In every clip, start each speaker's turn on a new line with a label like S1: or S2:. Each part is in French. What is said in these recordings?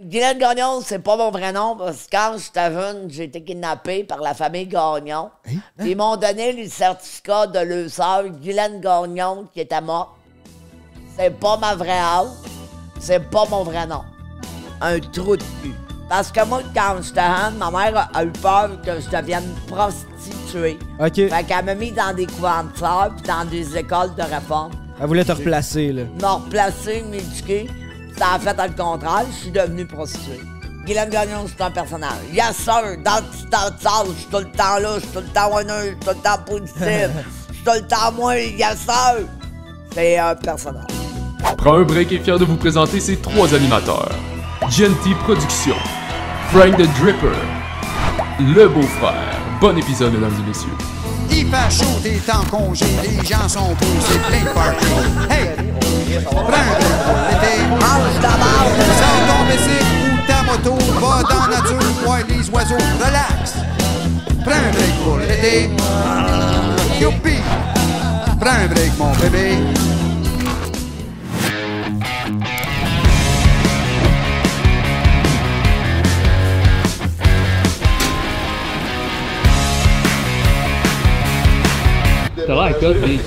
S1: Guylaine Gagnon, c'est pas mon vrai nom parce que quand j'étais jeune, j'ai été kidnappée par la famille Gagnon. Puis ils m'ont donné le certificat de leur sœur, Guylaine Gagnon, qui était morte. C'est pas ma vraie âme. C'est pas mon vrai nom. Un trou de cul. Parce que moi, quand j'étais jeune, ma mère a eu peur que je devienne prostituée.
S2: OK.
S1: Fait qu'elle m'a mis dans des couvents de fleurs puis dans des écoles de réforme
S2: Elle voulait te replacer, là.
S1: m'ont replacé, m'éduquer. Ça a fait à le contraire, je suis devenue prostituée. Guylaine Gagnon, c'est un personnage. Yes, sir, dans le petit temps de sale, je suis tout le temps là, je suis tout le temps honneux, je suis tout le temps positif, je suis tout le temps moi, yes, sir. C'est un personnage.
S3: Prends un break est fier de vous présenter ses trois animateurs. Genty Productions, Frank the Dripper, Le Beau-Frère. Bon épisode, mesdames et messieurs.
S4: Il fait chaud, t'es en congé, les gens sont posés, plein de party. Hey! Prends un break pour l'été.
S1: Mange ta barbe!
S4: Sors ton bicycle ou ta moto, va dans la nature, vois les oiseaux, relax. Prends un break pour l'été. Youpi! Prends un break, mon bébé.
S5: T'as l'air cool, mais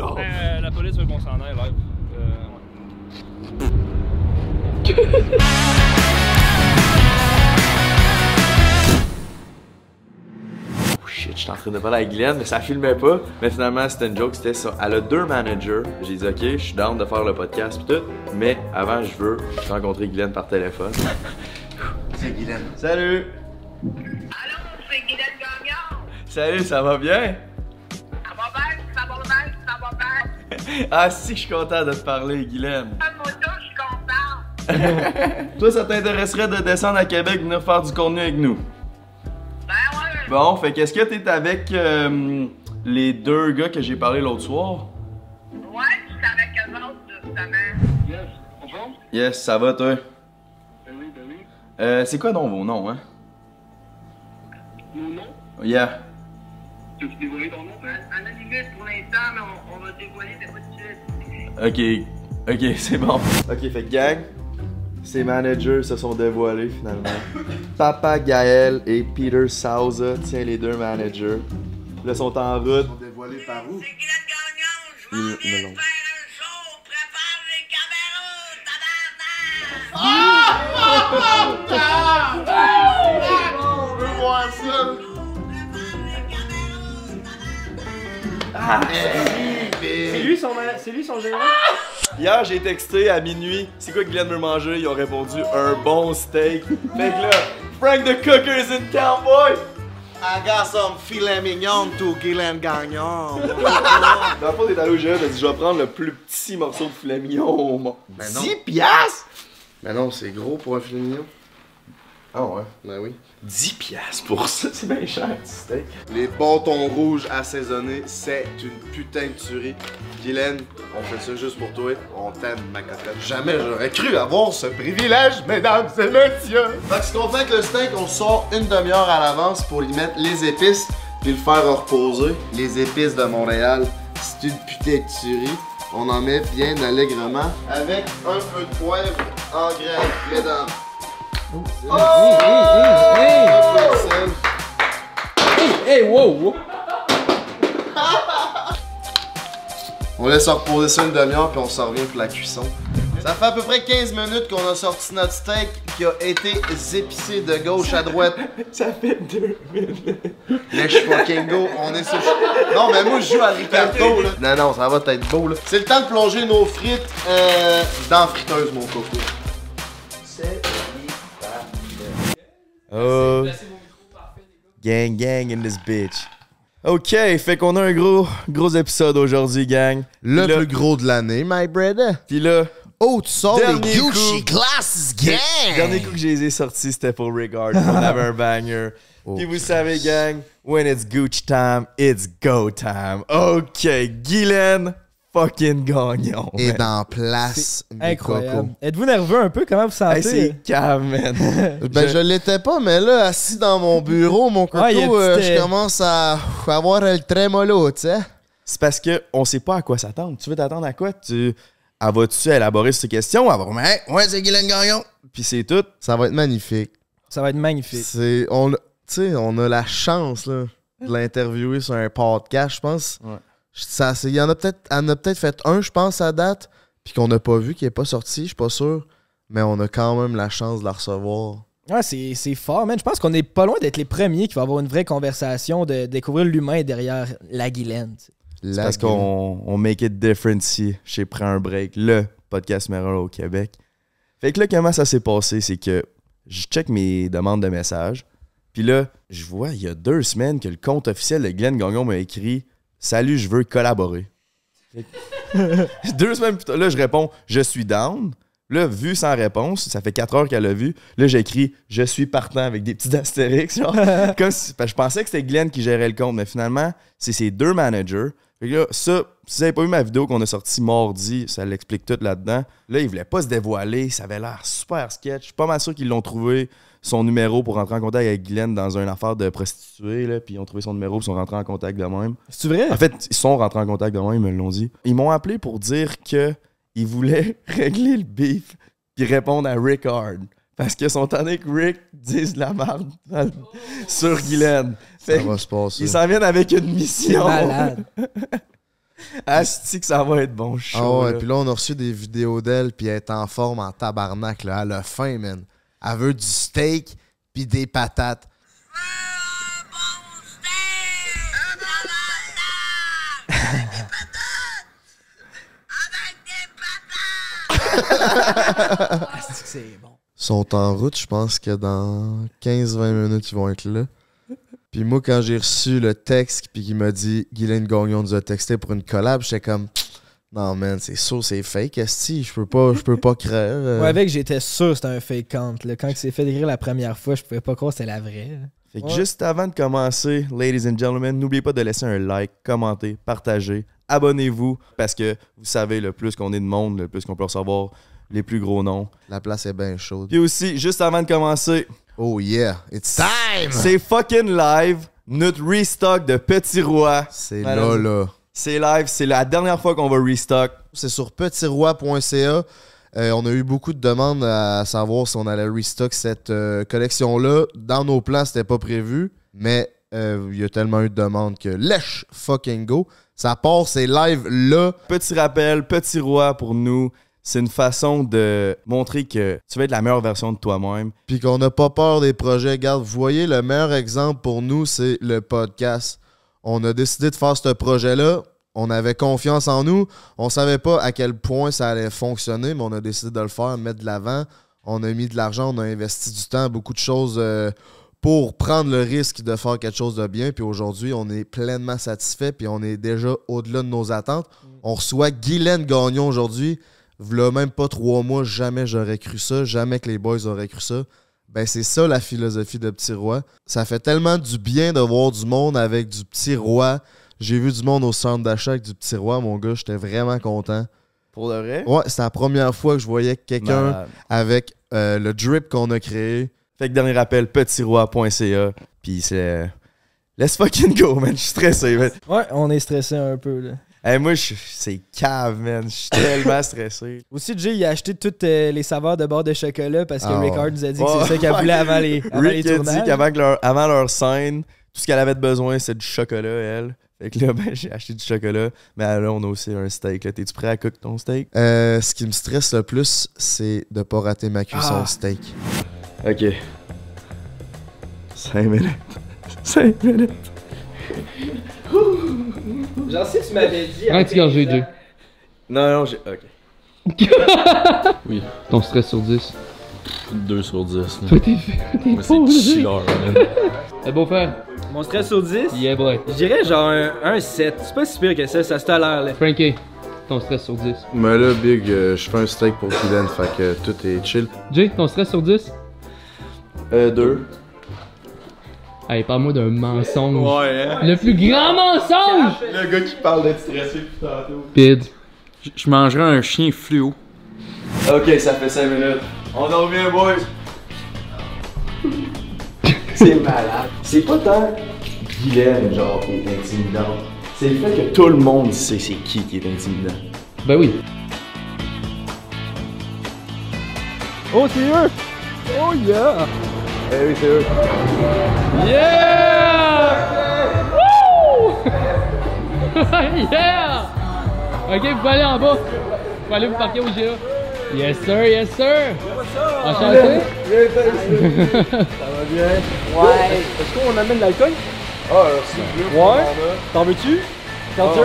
S6: Oh.
S5: Euh, la police veut qu'on s'en aille live. Euh, ouais.
S6: Oh, Shit, je suis en train de parler avec Glenn, mais ça filmait pas. Mais finalement, c'était une joke, c'était ça. Elle a deux managers. J'ai dit, OK, je suis down de faire le podcast pis tout. Mais avant, je veux rencontrer Glenn par téléphone. C'est Glenn. Salut!
S7: Allô, c'est Guylaine Gagnon.
S6: Salut, ça va bien?
S7: Ça va bien, ça va bien, ça va bien.
S6: Ah, si, je suis content de te parler, Guylaine.
S7: Comme moi, ça, je suis contente.
S6: Toi, ça t'intéresserait de descendre à Québec venir faire du contenu avec nous?
S7: Ben ouais.
S6: Bon, fait qu'est-ce que t'es avec euh, les deux gars que j'ai parlé l'autre soir?
S7: Ouais, je suis avec eux autres, justement.
S6: Yes, ça va, toi? Ben oui, ben oui. Euh, c'est quoi donc vos noms, hein?
S7: Mon nom?
S6: Yeah.
S7: Tu veux dévoiler ton nom? Anonymous pour l'instant, mais on, on va dévoiler des fois de suite.
S6: Ok, ok, c'est bon. Ok, fait que gang, ces managers se sont dévoilés finalement. Papa Gaël et Peter Sousa, tiens les deux managers. Là, ils sont en route.
S7: C'est Guylaine Gagnon, je m'en
S6: Ils- ils
S7: viens
S6: l'ont.
S7: de faire un show. Prépare les caméras, tabarnak!
S5: C'est lui son, c'est lui son général?
S6: Hier, j'ai texté à minuit, c'est quoi que Glenn veut manger? Ils ont répondu un bon steak. Fait que là, Frank the Cooker is in town, boy!
S8: I got some filet mignon to Guylaine Gagnon.
S6: Dans le fond, t'es allé au GE, t'as dit je vais prendre le plus petit morceau de filet mignon au monde.
S8: Ben non.
S6: 10 piastres?
S8: Mais non, c'est gros pour un filet mignon.
S6: Ah ouais.
S8: Ben oui.
S6: 10 piastres pour ça, c'est bien cher, du steak.
S8: Les bâtons rouges assaisonnés, c'est une putain de tuerie. Guylaine, on fait ça juste pour toi. On t'aime, ma cocotte. Jamais j'aurais cru avoir ce privilège, mesdames et messieurs. Fait que c'est content que le steak, on sort une demi-heure à l'avance pour y mettre les épices puis le faire reposer. Les épices de Montréal, c'est une putain de tuerie. On en met bien allègrement avec un peu de poivre en grain, mesdames. Un peu de sel.
S2: Hey, wow, wow.
S8: On laisse reposer ça une demi-heure puis on s'en revient pour la cuisson. Ça fait à peu près 15 minutes qu'on a sorti notre steak qui a été épicé de gauche à droite.
S6: Ça fait 2 minutes.
S8: Mais je suis fucking go, on est sur... Non mais moi je joue à Ricardo là. Non non, ça va être beau là. C'est le temps de plonger nos frites euh, dans la friteuse mon coco.
S6: Oh. Gang, gang in this bitch. Ok, fait qu'on a un gros, gros épisode aujourd'hui, gang.
S8: Le
S6: Puis là-
S8: plus gros de l'année, my brother.
S6: Puis là,
S8: Oh, tu sors
S6: les Dernier Gucci coup.
S8: Glasses,
S6: dernier coup que je les ai sortis, c'était pour Rick Hard. On avait un banger.
S8: Oh,
S6: Puis vous savez, gang, when it's Gooch time, it's go time. OK, Guylaine fucking Gagnon.
S8: Et
S6: man.
S8: dans place, mes
S2: Incroyable.
S8: cocos.
S2: Êtes-vous nerveux un peu? Comment vous sentez?
S6: Hey, c'est calme, man.
S8: Ben, je, l'étais pas, mais là, assis dans mon bureau, mon coco,
S2: Ouais, il y a une petite,
S8: euh, je
S2: euh,
S8: commence à à avoir le hein? trémolo, tu sais.
S6: C'est parce qu'on sait pas à quoi s'attendre. Tu veux t'attendre à quoi? Tu... Elle va-tu élaborer ces questions? Elle va vraiment, Hey, ouais, c'est Guylaine Gagnon. Puis c'est tout.
S8: Ça va être magnifique.
S2: Ça va être magnifique.
S8: C'est, on, l- tu sais, on a la chance là, de l'interviewer sur un podcast, je pense.
S6: Ouais.
S8: Ça, c'est- il y en a peut-être, elle en a peut-être fait un, je pense, à date, puis qu'on n'a pas vu, qui est pas sorti, je suis pas sûr. Mais on a quand même la chance de la recevoir.
S2: Ouais, c'est c'est fort, man. Je pense qu'on est pas loin d'être les premiers qui vont avoir une vraie conversation, de découvrir l'humain derrière la Guylaine. tu sais.
S6: C'est parce qu'on on make it different ici chez Prends un break, le podcast numéro un au Québec. Fait que là, comment ça s'est passé? C'est que je check mes demandes de messages. Puis là, je vois, il y a deux semaines que le compte officiel de Glenn Gagnon m'a écrit Salut, je veux collaborer. Fait que- deux semaines plus tard, là, je réponds Je suis down. Là, vu sans réponse, ça fait quatre heures qu'elle a vu. Là, j'écris Je suis partant avec des petits astérix. Genre, comme si- parce que je pensais que c'était Glenn qui gérait le compte, mais finalement, c'est ses deux managers. Fait que là, ça, si vous avez pas vu ma vidéo qu'on a sortie mardi, ça l'explique tout là-dedans. Là, il voulait pas se dévoiler, ça avait l'air super sketch. Je suis pas mal sûr qu'ils l'ont trouvé son numéro pour rentrer en contact avec Glenn dans une affaire de prostituée, là, puis ils ont trouvé son numéro, puis ils sont rentrés en contact de même.
S2: C'est vrai?
S6: En fait, ils sont rentrés en contact de moi, ils me l'ont dit. Ils m'ont appelé pour dire que ils voulaient régler le beef puis répondre à Rick Hard. Parce qu'ils sont tannés que Rick dise de la merde dans- sur Guylaine. Fait
S8: Ça va
S6: que
S8: se passer.
S6: ils s'en viennent avec une
S8: Oh.
S6: mission.
S2: Malade.
S6: Asti Ah, que ça va être bon show.
S8: Ah ouais,
S6: là.
S8: puis là, on a reçu des vidéos d'elle, puis elle est en forme en tabarnak, là. Elle a faim, man. Elle veut du steak, puis des patates.
S2: C'est bon.
S8: sont en route. Je pense que dans 15-20 minutes, ils vont être là. Puis moi, quand j'ai reçu le texte, puis qu'il m'a dit Guylaine Gagnon nous a texté pour une collab, j'étais comme Non, man, c'est sûr, c'est fake. Esti, je peux pas, je peux pas créer. euh.
S2: Ouais, avec, j'étais sûr que c'était un fake count. là. Quand il s'est fait décrire la première fois, je pouvais pas croire que c'était la vraie.
S6: Fait que
S2: Ouais.
S6: juste avant de commencer, ladies and gentlemen, n'oubliez pas de laisser un like, commenter, partager, abonnez-vous parce que vous savez, le plus qu'on est de monde, le plus qu'on peut recevoir les plus gros noms.
S8: La place est bien chaude.
S6: Puis aussi, juste avant de commencer,
S8: Oh yeah, it's time!
S6: C'est fucking live. Notre restock de Petit Roi.
S8: C'est là,
S6: Madame-
S8: là.
S6: C'est live. C'est la dernière fois qu'on va restock.
S8: C'est sur petitroi.ca. Euh, on a eu beaucoup de demandes à savoir si on allait restock cette euh, collection-là. Dans nos plans, c'était pas prévu, mais euh, il y a tellement eu de demandes que lèche fucking go. Ça part, c'est live là.
S6: Petit rappel, Petit Roi pour nous. C'est une façon de montrer que tu vas être la meilleure version de toi-même.
S8: Puis qu'on n'a pas peur des projets. Regarde, vous voyez, le meilleur exemple pour nous, c'est le podcast. On a décidé de faire ce projet-là. On avait confiance en nous. On savait pas à quel point ça allait fonctionner, mais on a décidé de le faire, mettre de l'avant. On a mis de l'argent, on a investi du temps, beaucoup de choses euh, pour prendre le risque de faire quelque chose de bien. Puis aujourd'hui, on est pleinement satisfait, puis on est déjà au-delà de nos attentes. On reçoit Guylaine Gagnon aujourd'hui. V'là même pas trois mois, jamais j'aurais cru ça, jamais que les boys auraient cru ça. Ben, c'est ça la philosophie de Petit Roi. Ça fait tellement du bien de voir du monde avec du Petit Roi. J'ai vu du monde au centre d'achat avec du Petit Roi, mon gars, j'étais vraiment content.
S6: Pour de vrai?
S8: Ouais, c'est la première fois que je voyais quelqu'un
S6: Malade.
S8: avec euh, le drip qu'on a créé.
S6: Fait que dernier rappel, petitroi.ca. Puis c'est. euh, Let's fucking go, man. Je suis stressé, man.
S2: Ouais, on est stressé un peu. Là.
S6: Hey, moi, je- c'est cave, man. Je suis tellement stressé.
S2: Aussi, Jay, il a acheté toutes euh, les saveurs de barres de chocolat parce que
S8: Ah,
S2: Rickard
S8: ouais.
S2: nous a dit que
S6: Oh,
S2: c'est ça qu'elle voulait avant les, avant les
S6: Rick a dit
S2: tournages.
S6: qu'avant que leur, avant leur scène, tout ce qu'elle avait de besoin, c'est du chocolat, elle. Fait que là, ben, j'ai acheté du chocolat. Mais là, on a aussi un steak. là. T'es-tu prêt à cook ton steak?
S8: Euh, ce qui me stresse le plus, c'est de pas rater ma cuisson
S2: Ah.
S8: au steak.
S6: OK. 5 minutes. 5 minutes.
S2: Genre, si tu m'avais dit.
S9: Prends un petit gorgé, Jay.
S6: Non, non, j'ai... OK.
S9: Oui. Ton stress sur 10.
S10: 2 sur 10. là.
S9: Toi, t'es fait.
S10: Moi, c'est chiller, man.
S9: T'es beau frère.
S2: Mon stress sur 10,
S9: Yeah, boy.
S2: je dirais genre un, 7. C'est pas si pire que ça, ça se tolère. Là.
S9: Frankie, ton stress sur 10.
S11: Mais là, Big, euh, je fais un steak pour Guylaine, fait que tout est chill. Euh,
S9: Jay, ton stress sur 10.
S6: Euh, 2.
S12: Hey, parle-moi d'un mensonge.
S8: Ouais, hein?
S12: Le plus grand mensonge!
S8: Le gars qui parle d'être stressé depuis tantôt.
S12: Pide.
S3: Je- Je mangerai un chien fluo.
S6: Ok, ça fait 5 minutes. On en revient, boys. C'est malade. C'est pas tant Guylaine, genre, qui est intimidante. C'est le fait que tout le monde sait c'est qui qui est intimidant.
S12: Ben oui.
S2: Oh, c'est eux! Oh, yeah!
S6: Eh oui, c'est eux.
S12: Yeah! Wouh! yeah! Ok, vous pouvez aller en bas. Vous pouvez aller vous parquer au GA. Yes sir, yes sir! Enchanté?
S1: Ouais.
S2: Est-ce qu'on amène de l'alcool?
S8: Ah, alors, c'est plus. Ah, euh,
S2: Ouais. T'en veux-tu? T'en veux?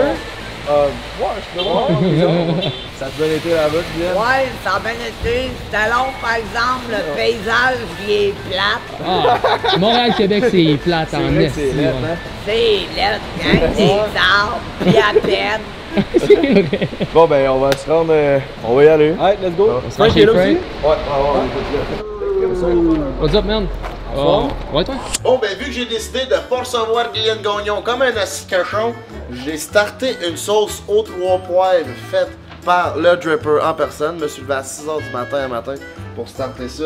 S8: Ça te donne été là-bas, Guylaine?
S1: Ouais, ça a bien été. Talon, par exemple,
S8: Ah.
S1: le paysage, il est plate.
S12: Ah, Montréal-Québec, c'est plate en
S8: vrai que
S12: est.
S8: c'est laid, hein?
S1: C'est lettre, gang des arbres, puis à peine.
S8: Bon, ben, on va se rendre. euh, on va y aller.
S2: Alright, let's go. Frank
S12: chez
S2: est là
S12: Frank.
S2: aussi?
S8: Ouais, ouais, ouais,
S12: What's up, man? Oh, ouais, toi?
S8: Bon, ben, vu que j'ai décidé de pas recevoir Guylaine Gagnon comme un assis cochon, j'ai starté une sauce aux trois poivres faite par le Dripper en personne. Je me suis levé à 6h du matin un matin pour starter ça.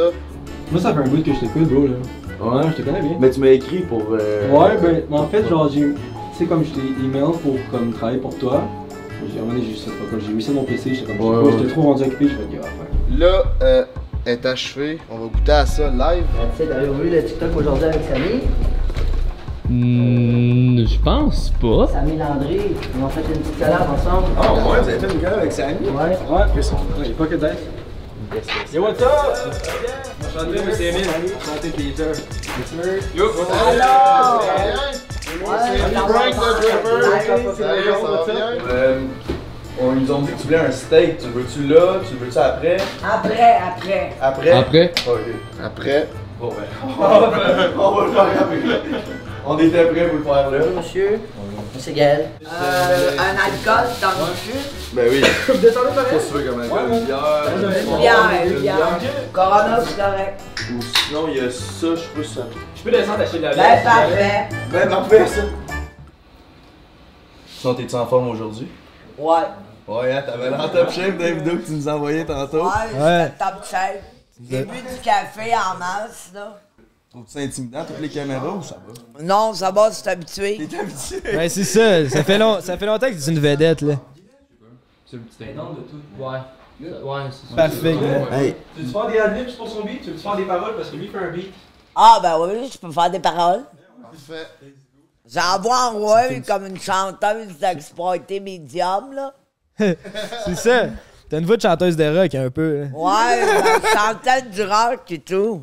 S13: Moi, ça fait un bout que je t'écoute, bro, là.
S6: Ouais.
S13: Ouais, je te connais bien.
S6: Mais tu m'as écrit pour. euh,
S13: Ouais, ben, en fait, genre, j'ai. Tu sais, comme je t'ai email pour comme, travailler pour toi. ah, J'ai ramené juste cette fois, j'ai mis ça mon PC, j'étais comme,
S6: Ouais,
S13: ouais,
S6: ouais.
S13: j'étais trop rendu occupé, je vais te dire, ah, ouais.
S8: Là, euh, est achevé. On va goûter à ça live.
S14: Ben, Tu sais, t'avais vu le TikTok aujourd'hui avec Samy?
S12: Hmm, je pense pas.
S14: Samy Landry, ils ont fait une petite collab ensemble.
S13: Oh, ouais, vous avez fait une gueule avec Samy? Ouais. Ouais, mais son. Il pas que d'être. Yo, what's up? Enchanté, monsieur Emile. Enchanté, Peter. Yo,
S8: Alors! C'est Frank the Dripper! Salut,
S13: Salut,
S8: ça va
S13: what's up?
S8: bien?
S6: Euh, on nous a dit que tu voulais un steak. Tu le veux-tu là? Tu le veux-tu après?
S14: Après, après.
S8: Après?
S12: Après,
S6: Ok.
S8: Après?
S6: Bon, ben. on va le faire après. On était prêts pour le faire là.
S14: Monsieur, monsieur Gaël. Euh, un alcool dans le jus.
S6: Ben oui.
S14: Descendez pareil.
S6: Qu'est-ce que tu veux comme alcool? Une bière?
S14: Une bière, une bière. Corona, c'est correct.
S6: Ou sinon, il y a ça, je sais pas si ça.
S13: Je peux descendre acheter de la
S14: Ben parfait.
S6: Ben parfait ça! Sinon, t'es-tu en forme aujourd'hui?
S14: Ouais.
S6: Ouais, hein, t'avais l'air top chef des vidéos que tu nous envoyais tantôt.
S14: Ouais, c'est top shape. J'ai bu du café en masse, là.
S6: Trouves-tu ça intimidant, toutes les caméras ou ça va?
S1: Non, ça va, c'est habitué.
S6: T'es habitué!
S2: Ben, c'est ça. Ça fait, long- ça fait longtemps que c'est une vedette, là.
S12: C'est le petit de tout. Ouais. Ouais, c'est ça.
S2: Parfait.
S6: Hey!
S13: Tu veux faire des adlibs pour son beat? Tu veux faire des paroles parce que lui fait un beat?
S1: Ah, ben oui, je peux faire des paroles.
S8: Parfait.
S1: J'en vois en rôle comme une chanteuse d'exploiter médium, là.
S2: C'est ça. T'as une voix de chanteuse de rock, un peu. là.
S1: Ouais, ben, chantais du rock et tout.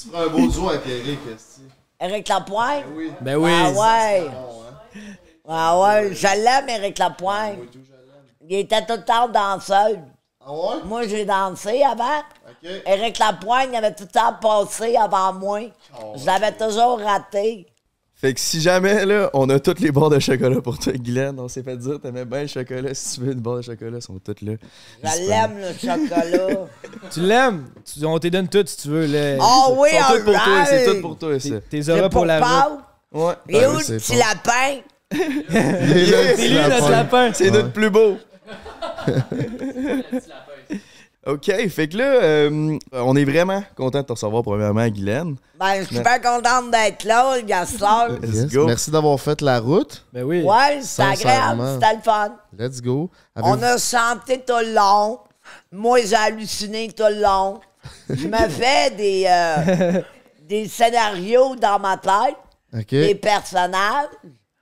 S8: Tu feras un beau duo avec Eric, Esti.
S1: Eric Lapointe?
S8: Oui.
S2: Ben oui.
S1: Ah ouais.
S8: Bon, hein?
S1: Ah ouais, je l'aime, Eric Lapointe.
S8: Moi et tout, je l'aime.
S1: Il était tout le temps danseur.
S8: Ah ouais?
S1: Moi, j'ai dansé avant.
S8: Ok.
S1: Eric Lapointe, il avait tout le temps passé avant moi.
S8: Ah
S1: Je l'avais toujours raté.
S6: Fait que si jamais, là, on a toutes les barres de chocolat pour toi, Guylaine, on s'est fait dire, t'aimais bien le chocolat, si tu veux une barre de chocolat, elles sont toutes là.
S1: Je l'aime, le chocolat.
S2: Tu l'aimes? Tu- On te donne tout si tu veux, là.
S1: Ah oui,
S6: Elles sont toutes pour toi, c'est
S1: alright.
S6: tout pour Ben toi, ça.
S2: Tes- Tes
S1: C'est
S2: auras pour la route.
S1: Paul.
S6: Ouais.
S1: Et où
S8: oui,
S1: le
S8: c'est
S1: petit
S8: Paul.
S1: lapin?
S2: C'est lui notre lapin.
S6: C'est notre plus beau. OK, fait que là, euh, on est vraiment content de te recevoir premièrement, Guylaine.
S1: Ben, je suis pas contente d'être là, le Gaston.
S6: Let's
S8: Yes,
S6: go.
S8: Merci d'avoir fait la route.
S2: Ben oui.
S1: Ouais, c'est agréable,
S8: Sincèrement.
S1: c'était le fun.
S8: Let's go.
S1: On
S8: Avez-vous-
S1: a chanté tout le long. Moi, j'ai halluciné tout le long. Je me fais des, euh, des scénarios dans ma tête,
S8: Ok,
S1: des personnages,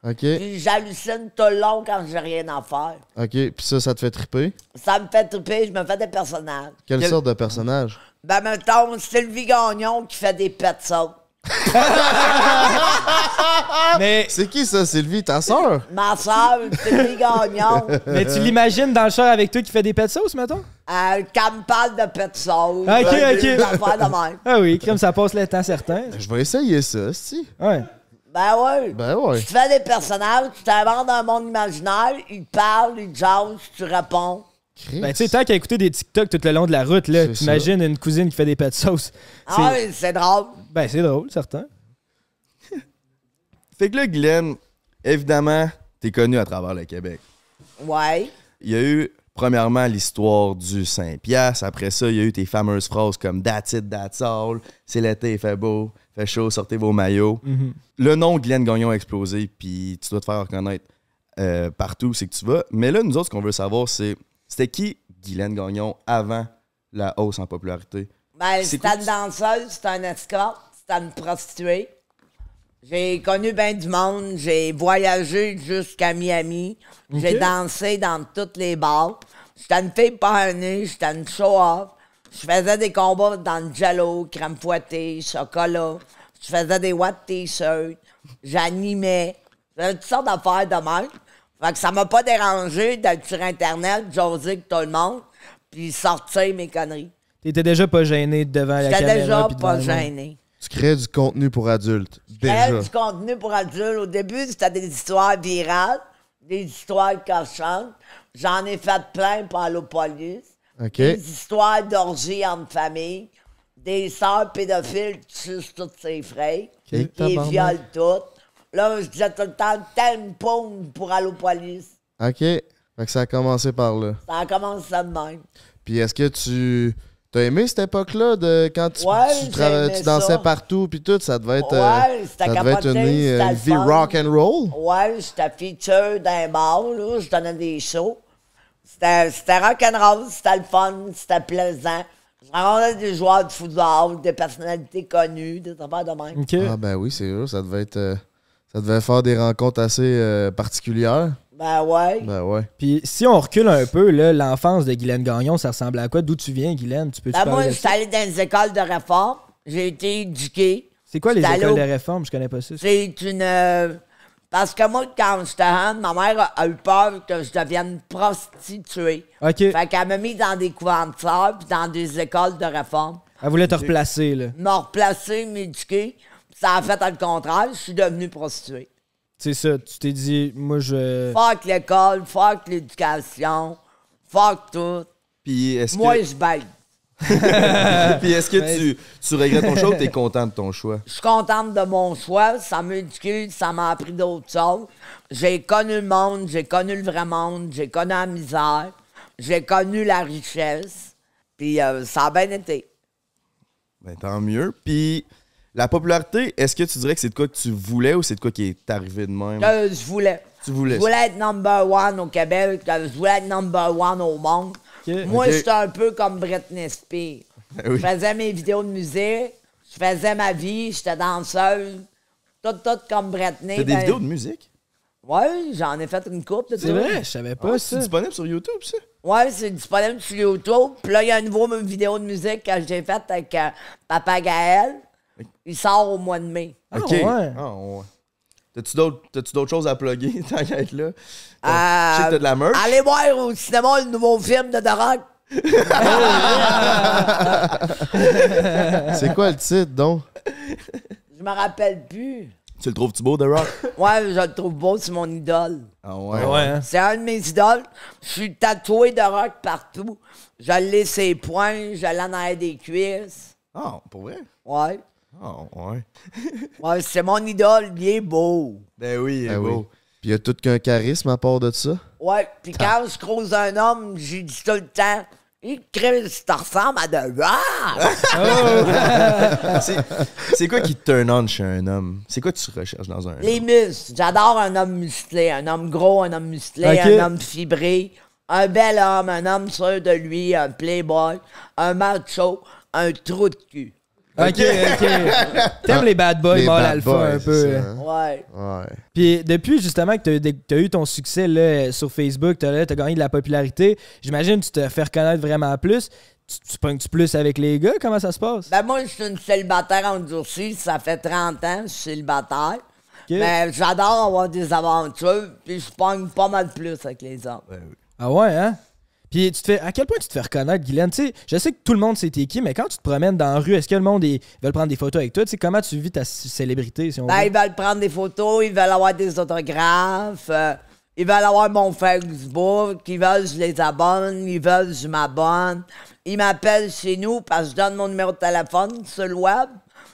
S8: ok,
S1: puis j'hallucine tout le long quand j'ai rien à faire.
S8: ok. Puis ça, ça te fait triper.
S1: Ça me fait triper, je me fais des personnages.
S8: Quelle
S6: Quel-
S8: sorte de personnage?
S1: Ben, mettons, Sylvie Gagnon qui fait des pets sauts.
S2: Mais,
S8: C'est qui ça, Sylvie? Ta soeur?
S1: Ma soeur, Sylvie Gagnon,
S2: mais tu l'imagines dans le char avec toi qui fait des pets sauce, mettons?
S1: elle, quand euh, me parle de pets sauts.
S2: Ok, ok.
S1: des affaires de même.
S2: Ah oui, crime, ça passe le temps certain.
S8: Je vais essayer ça, si.
S2: Ouais.
S1: Ben oui.
S8: Ben ouais.
S1: Tu te fais des personnages, tu t'inventes un monde imaginaire, ils parlent, ils jasent, tu réponds.
S8: Chris.
S2: Ben, tu sais, tant qu'à écouter des TikTok tout le long de la route, là,
S8: C'est ça.
S2: t'imagines une cousine qui fait des pets sauce.
S1: Ah oui, c'est Ah drôle.
S2: Ben, c'est drôle, certain.
S4: Fait que là, Guylaine, évidemment, t'es connu à travers le Québec.
S1: Ouais.
S4: Il y a eu, premièrement, l'histoire du Saint-Piastre. Après ça, il y a eu tes fameuses phrases comme That's it, that's all. C'est l'été, il fait beau, fait chaud, sortez vos maillots.
S2: Mhm.
S4: Le nom de Glenn Gagnon a explosé, puis tu dois te faire reconnaître euh, partout où c'est que tu vas. Mais là, nous autres, ce qu'on veut savoir, c'est c'était qui Guylaine Gagnon avant la hausse en popularité?
S1: Ben, c'était une danseuse, c'était un escorte, c'était une prostituée. J'ai connu bien du monde, j'ai voyagé jusqu'à Miami, j'ai
S15: Ok.
S1: dansé dans tous les bars. J'étais une fille pas nez, j'étais une show-off. Je faisais des combats dans le jello, crème fouettée, chocolat. Je faisais des what t-shirts. J'animais. Je faisais toutes sortes d'affaires de même. Fait que ça m'a pas dérangé d'être sur Internet, j'osais que tout le monde, puis sortir mes conneries.
S2: T'étais déjà pas gêné devant la
S1: J'étais
S2: caméra.
S1: déjà
S2: puis devant
S1: pas
S2: le monde.
S1: gêné.
S6: Tu crées du contenu pour adultes. Déjà.
S1: J'avais du contenu pour adultes. Au début, c'était des histoires virales, des histoires cochantes. J'en ai fait plein par la police.
S6: OK.
S1: Des histoires d'orgies entre familles. Des sœurs pédophiles qui sucent toutes ses frères.
S6: Ok,
S1: Qui les
S6: tabarnak.
S1: violent toutes. Là, je disais tout le temps, t'aimes paume pour aller aux police.
S6: OK. Fait que ça a commencé par là.
S1: Ça commence ça de même.
S6: Puis est-ce que tu. T'as aimé cette époque-là de quand tu,
S1: Ouais,
S6: tu, trava-
S1: j'aimais
S6: tu dansais
S1: ça.
S6: partout puis tout, ça devait être euh,
S1: Ouais, c'était
S6: ça devait être
S1: capoté,
S6: une, euh,
S1: c'était
S6: une
S1: le fun.
S6: vie rock and roll.
S1: Ouais, j'étais feature d'un bar, là. Je donnais des shows. C'était c'était rock'n'roll, c'était le fun, c'était plaisant. Je rencontrais des joueurs de football, des personnalités connues, des affaires de
S2: Mm.
S1: même.
S6: Ah ben oui, c'est sûr, ça devait être euh, ça devait faire des rencontres assez euh, particulières.
S1: Ben ouais.
S6: Ben ouais.
S2: Puis si on recule un peu, là, l'enfance de Guylaine Gagnon, ça ressemble à quoi? D'où tu viens, Guylaine? Tu peux
S1: Là, Ben, moi,
S2: parler de
S1: j'étais
S2: ça?
S1: allé dans les écoles de réforme. J'ai été éduqué.
S2: C'est quoi les
S1: j'étais allé
S2: écoles
S1: au-
S2: de réforme? Je connais pas ça.
S1: C'est une. euh, Parce que moi, quand j'étais jeune, ma mère a- a eu peur que je devienne prostituée.
S2: OK.
S1: Fait qu'elle m'a mis dans des couvents de sœurs puis dans des écoles de réforme.
S2: Elle voulait te replacer, là.
S1: m'a replacé, m'éduquer. Puis Ça a fait le contraire, je suis devenu prostituée.
S2: C'est ça, tu t'es dit, moi, je...
S1: Fuck l'école, fuck l'éducation, fuck tout.
S4: Puis est-ce
S1: Moi,
S4: que...
S1: je baille.
S4: Puis est-ce que tu, tu regrettes ton choix ou t'es content de ton choix?
S1: Je suis contente de mon choix, ça m'a éduqué, ça m'a appris d'autres choses. J'ai connu le monde, j'ai connu le vrai monde, j'ai connu la misère, j'ai connu la richesse, puis euh, ça a bien été.
S4: Ben, tant mieux. Puis la popularité, est-ce que tu dirais que c'est de quoi que tu voulais ou c'est de quoi qui est arrivé de même?
S1: Que Euh, je voulais.
S4: Tu voulais.
S1: Je voulais être number one au Québec, que je voulais être number one au monde. Moi,
S4: Ok.
S1: j'étais un peu comme Britney Spears.
S4: Ben oui.
S1: Je faisais mes vidéos de musique, je faisais ma vie, j'étais danseuse, tout, tout comme Britney.
S4: T'as des
S1: ben-
S4: vidéos de musique?
S1: Ouais, j'en ai fait une coupe.
S4: C'est vrai, je savais pas Ah, c'est ça. disponible sur YouTube, ça?
S1: Ouais, c'est disponible sur YouTube. Puis là, il y a une nouvelle vidéo de musique que j'ai faite avec euh, Papa Gaël. Il sort au mois de mai.
S4: OK. Ah, ouais. T'as-tu d'autres t'as-tu d'autres choses à plugger tant qu'à être là?
S1: Euh,
S4: Je Ah, sais que t'as de la merch.
S1: Allez voir au cinéma le nouveau film de The Rock.
S6: c'est quoi le titre donc?
S1: Je me rappelle plus.
S4: Tu le trouves-tu beau, The Rock?
S1: Ouais, je le trouve beau, c'est mon idole.
S4: Ah
S6: Ah ouais, hein?
S1: C'est un de mes idoles. Je suis tatoué de rock partout. Je l'ai ses poings, je l'ai en arrière des cuisses.
S4: Ah, pour vrai?
S1: Ouais.
S4: Ah, ouais.
S1: Ouais, c'est mon idole, il est beau.
S4: Ben oui, il est
S6: Ben oui.
S4: beau.
S6: Puis il y a tout qu'un charisme à part de ça.
S1: Ouais, puis quand je croise un homme, j'ai dit tout le temps, il crée, ça ressemble à de
S4: c'est, c'est quoi qui te turn on chez un homme? C'est quoi que tu recherches dans un homme?
S1: Les muscles. J'adore un homme musclé, un homme gros, un homme musclé,
S4: Ok.
S1: un homme fibré, un bel homme, un homme sûr de lui, un playboy, un macho, un trou de cul.
S2: OK, OK. T'aimes les bad boys,
S6: Les
S2: mâle
S6: bad
S2: alpha,
S6: boys,
S2: un peu.
S6: c'est ça,
S2: hein.
S6: hein?
S1: Ouais.
S6: Ouais.
S2: Puis depuis justement que tu as, eu ton succès là, sur Facebook, tu as, gagné de la popularité, j'imagine que tu te fais reconnaître vraiment plus. Tu, tu pognes-tu plus avec les gars? Comment ça se passe?
S1: Ben moi, je suis une célibataire endurcie. Ça fait 30 ans que je suis célibataire. Mais j'adore avoir des aventures, puis je pogne pas mal plus avec les hommes.
S2: Ah ouais, hein? Puis tu te fais, à quel point tu te fais reconnaître, Guylaine? Tu sais, je sais que tout le monde sait t'es qui, mais quand tu te promènes dans la rue, est-ce que le monde ils veulent prendre des photos avec toi? Tu sais, comment tu vis ta c- célébrité, si on
S1: Ben,
S2: veut?
S1: ils veulent prendre des photos, ils veulent avoir des autographes, euh, ils veulent avoir mon Facebook, ils veulent que je les abonne, ils veulent que je m'abonne. Ils m'appellent chez nous parce que je donne mon numéro de téléphone sur le web.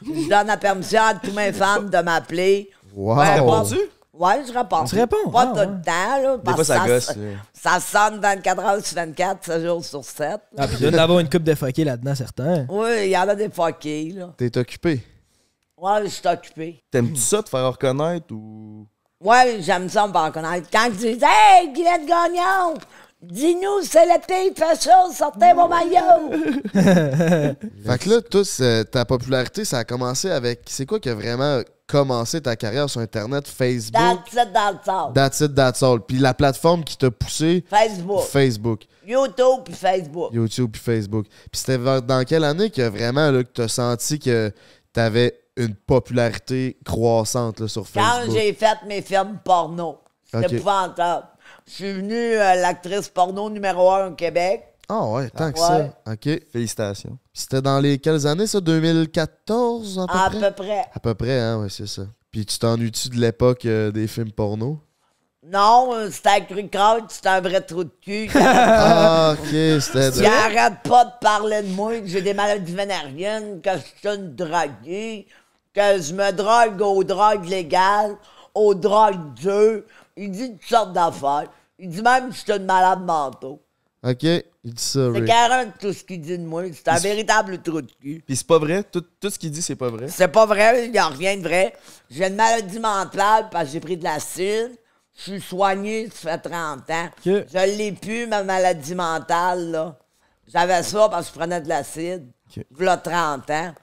S1: Je donne la permission à tous mes fans de m'appeler.
S6: Wow.
S1: Ouais,
S4: Tu
S1: pas-
S4: réponds-tu?
S1: Ouais, je réponds.
S4: Tu réponds?
S1: Pas
S4: Ah,
S1: tout
S4: ouais.
S1: le temps, là. parce
S4: fois, ça
S1: que
S4: gosse,
S1: s-
S4: là.
S1: Ça sonne 24 heures sur 24, 7 jours sur 7.
S2: Ah, puis il doit y en avoir une coupe de fuckés là-dedans, certains.
S1: Oui, il y en a des fuckés, là.
S4: T'es occupé.
S1: Ouais, je suis occupé.
S4: T'aimes-tu ça, te faire reconnaître ou.
S1: Ouais, j'aime ça me faire connaître. Quand tu dis Hey, Guylaine Gagnon, dis-nous, c'est l'été, il fait chaud, sortez vos maillots.
S6: Fait que là, tous, euh, ta popularité, ça a commencé avec. C'est quoi qui a vraiment commencé ta carrière sur Internet,
S1: dans
S6: Facebook?
S1: le titre, dans le sable.
S6: That's it, that's all. Puis la plateforme qui t'a poussé?
S1: Facebook.
S6: Facebook.
S1: YouTube puis Facebook.
S6: YouTube puis Facebook. Puis c'était vers- dans quelle année que vraiment là, que t'as senti que t'avais une popularité croissante là, sur
S1: Quand
S6: Facebook?
S1: j'ai fait mes films porno, c'était
S6: Ok.
S1: épouvantable. Je suis venue euh, l'actrice porno numéro un au Québec.
S6: Ah ouais, tant que
S1: Ouais.
S6: ça. OK.
S4: Félicitations.
S6: Puis c'était dans les quelles années, ça? 2014, à peu
S1: À
S6: près?
S1: peu près.
S6: À peu près, hein, ouais, c'est ça. Puis tu t'ennuies-tu de l'époque euh, des films porno?
S1: Non, euh, c'était un cru crowd, c'était un vrai trou de cul.
S6: Ah, OK, c'était...
S1: Il arrête pas de parler de moi, que j'ai des maladies vénériennes, que je suis une droguée, que je me drogue aux drogues légales, aux drogues dures. Il dit toutes sortes d'affaires. Il dit même que je suis une malade mentale.
S6: OK, il dit ça,
S1: C'est
S6: Rick.
S1: carrément tout ce qu'il dit de moi. C'est un
S4: Il se-
S1: véritable trou de cul.
S4: Puis c'est pas vrai? Tout, tout ce qu'il dit, c'est pas vrai?
S1: C'est pas vrai, il n'y a rien de vrai. J'ai une maladie mentale parce que j'ai pris de l'acide. Je suis soigné, ça fait 30 ans.
S2: Ok.
S1: Je l'ai plus, ma maladie mentale, là. J'avais ça parce que je prenais de l'acide.
S2: Ok.
S1: V'là 30 ans.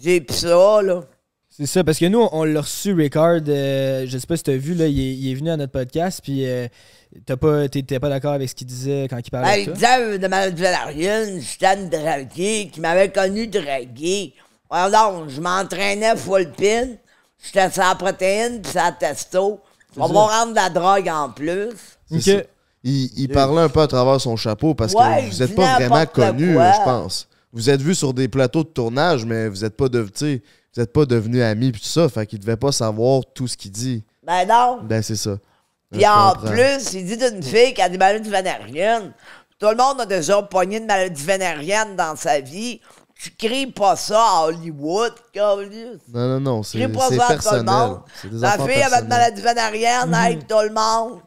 S1: J'ai plus ça, là.
S2: C'est ça, parce que nous, on, on l'a reçu, Ricard. euh, je sais pas si t'as vu, là, il est, il est venu à notre podcast, puis euh, t'as pas, t'étais pas d'accord avec ce qu'il disait quand il parlait.
S1: Ben,
S2: de
S1: il
S2: toi.
S1: disait euh, de maladie valérienne, j'étais une draguée, qui m'avait connu draguée. Pardon, je m'entraînais full pin. J'étais sur la protéine puis sur la testo. On
S6: ça.
S1: va rendre de la drogue en plus.
S6: C'est ça. Il, il parlait un peu à travers son chapeau parce
S1: Ouais,
S6: que
S1: il
S6: vous n'êtes
S1: dit
S6: pas vraiment
S1: n'importe
S6: connu,
S1: quoi.
S6: je pense. Vous êtes vu sur des plateaux de tournage, mais vous n'êtes pas devenu, vous êtes pas devenu amis puis tout ça. Fait qu'il devait pas savoir tout ce qu'il dit.
S1: Ben non.
S6: Ben c'est ça.
S1: Puis
S6: Je
S1: en
S6: comprends.
S1: plus, il dit d'une fille qui a des maladies vénériennes. Tout le monde a déjà pogné une maladie vénérienne dans sa vie. Tu cries pas ça à Hollywood, câlisse.
S6: Non, non, non, c'est
S1: Crie pas
S6: c'est
S1: ça à tout le
S6: personnel.
S1: monde.
S6: C'est des
S1: La
S6: affaires
S1: fille avait une
S6: personnelles. Mm-hmm.
S1: maladie vénérienne, aide tout le monde.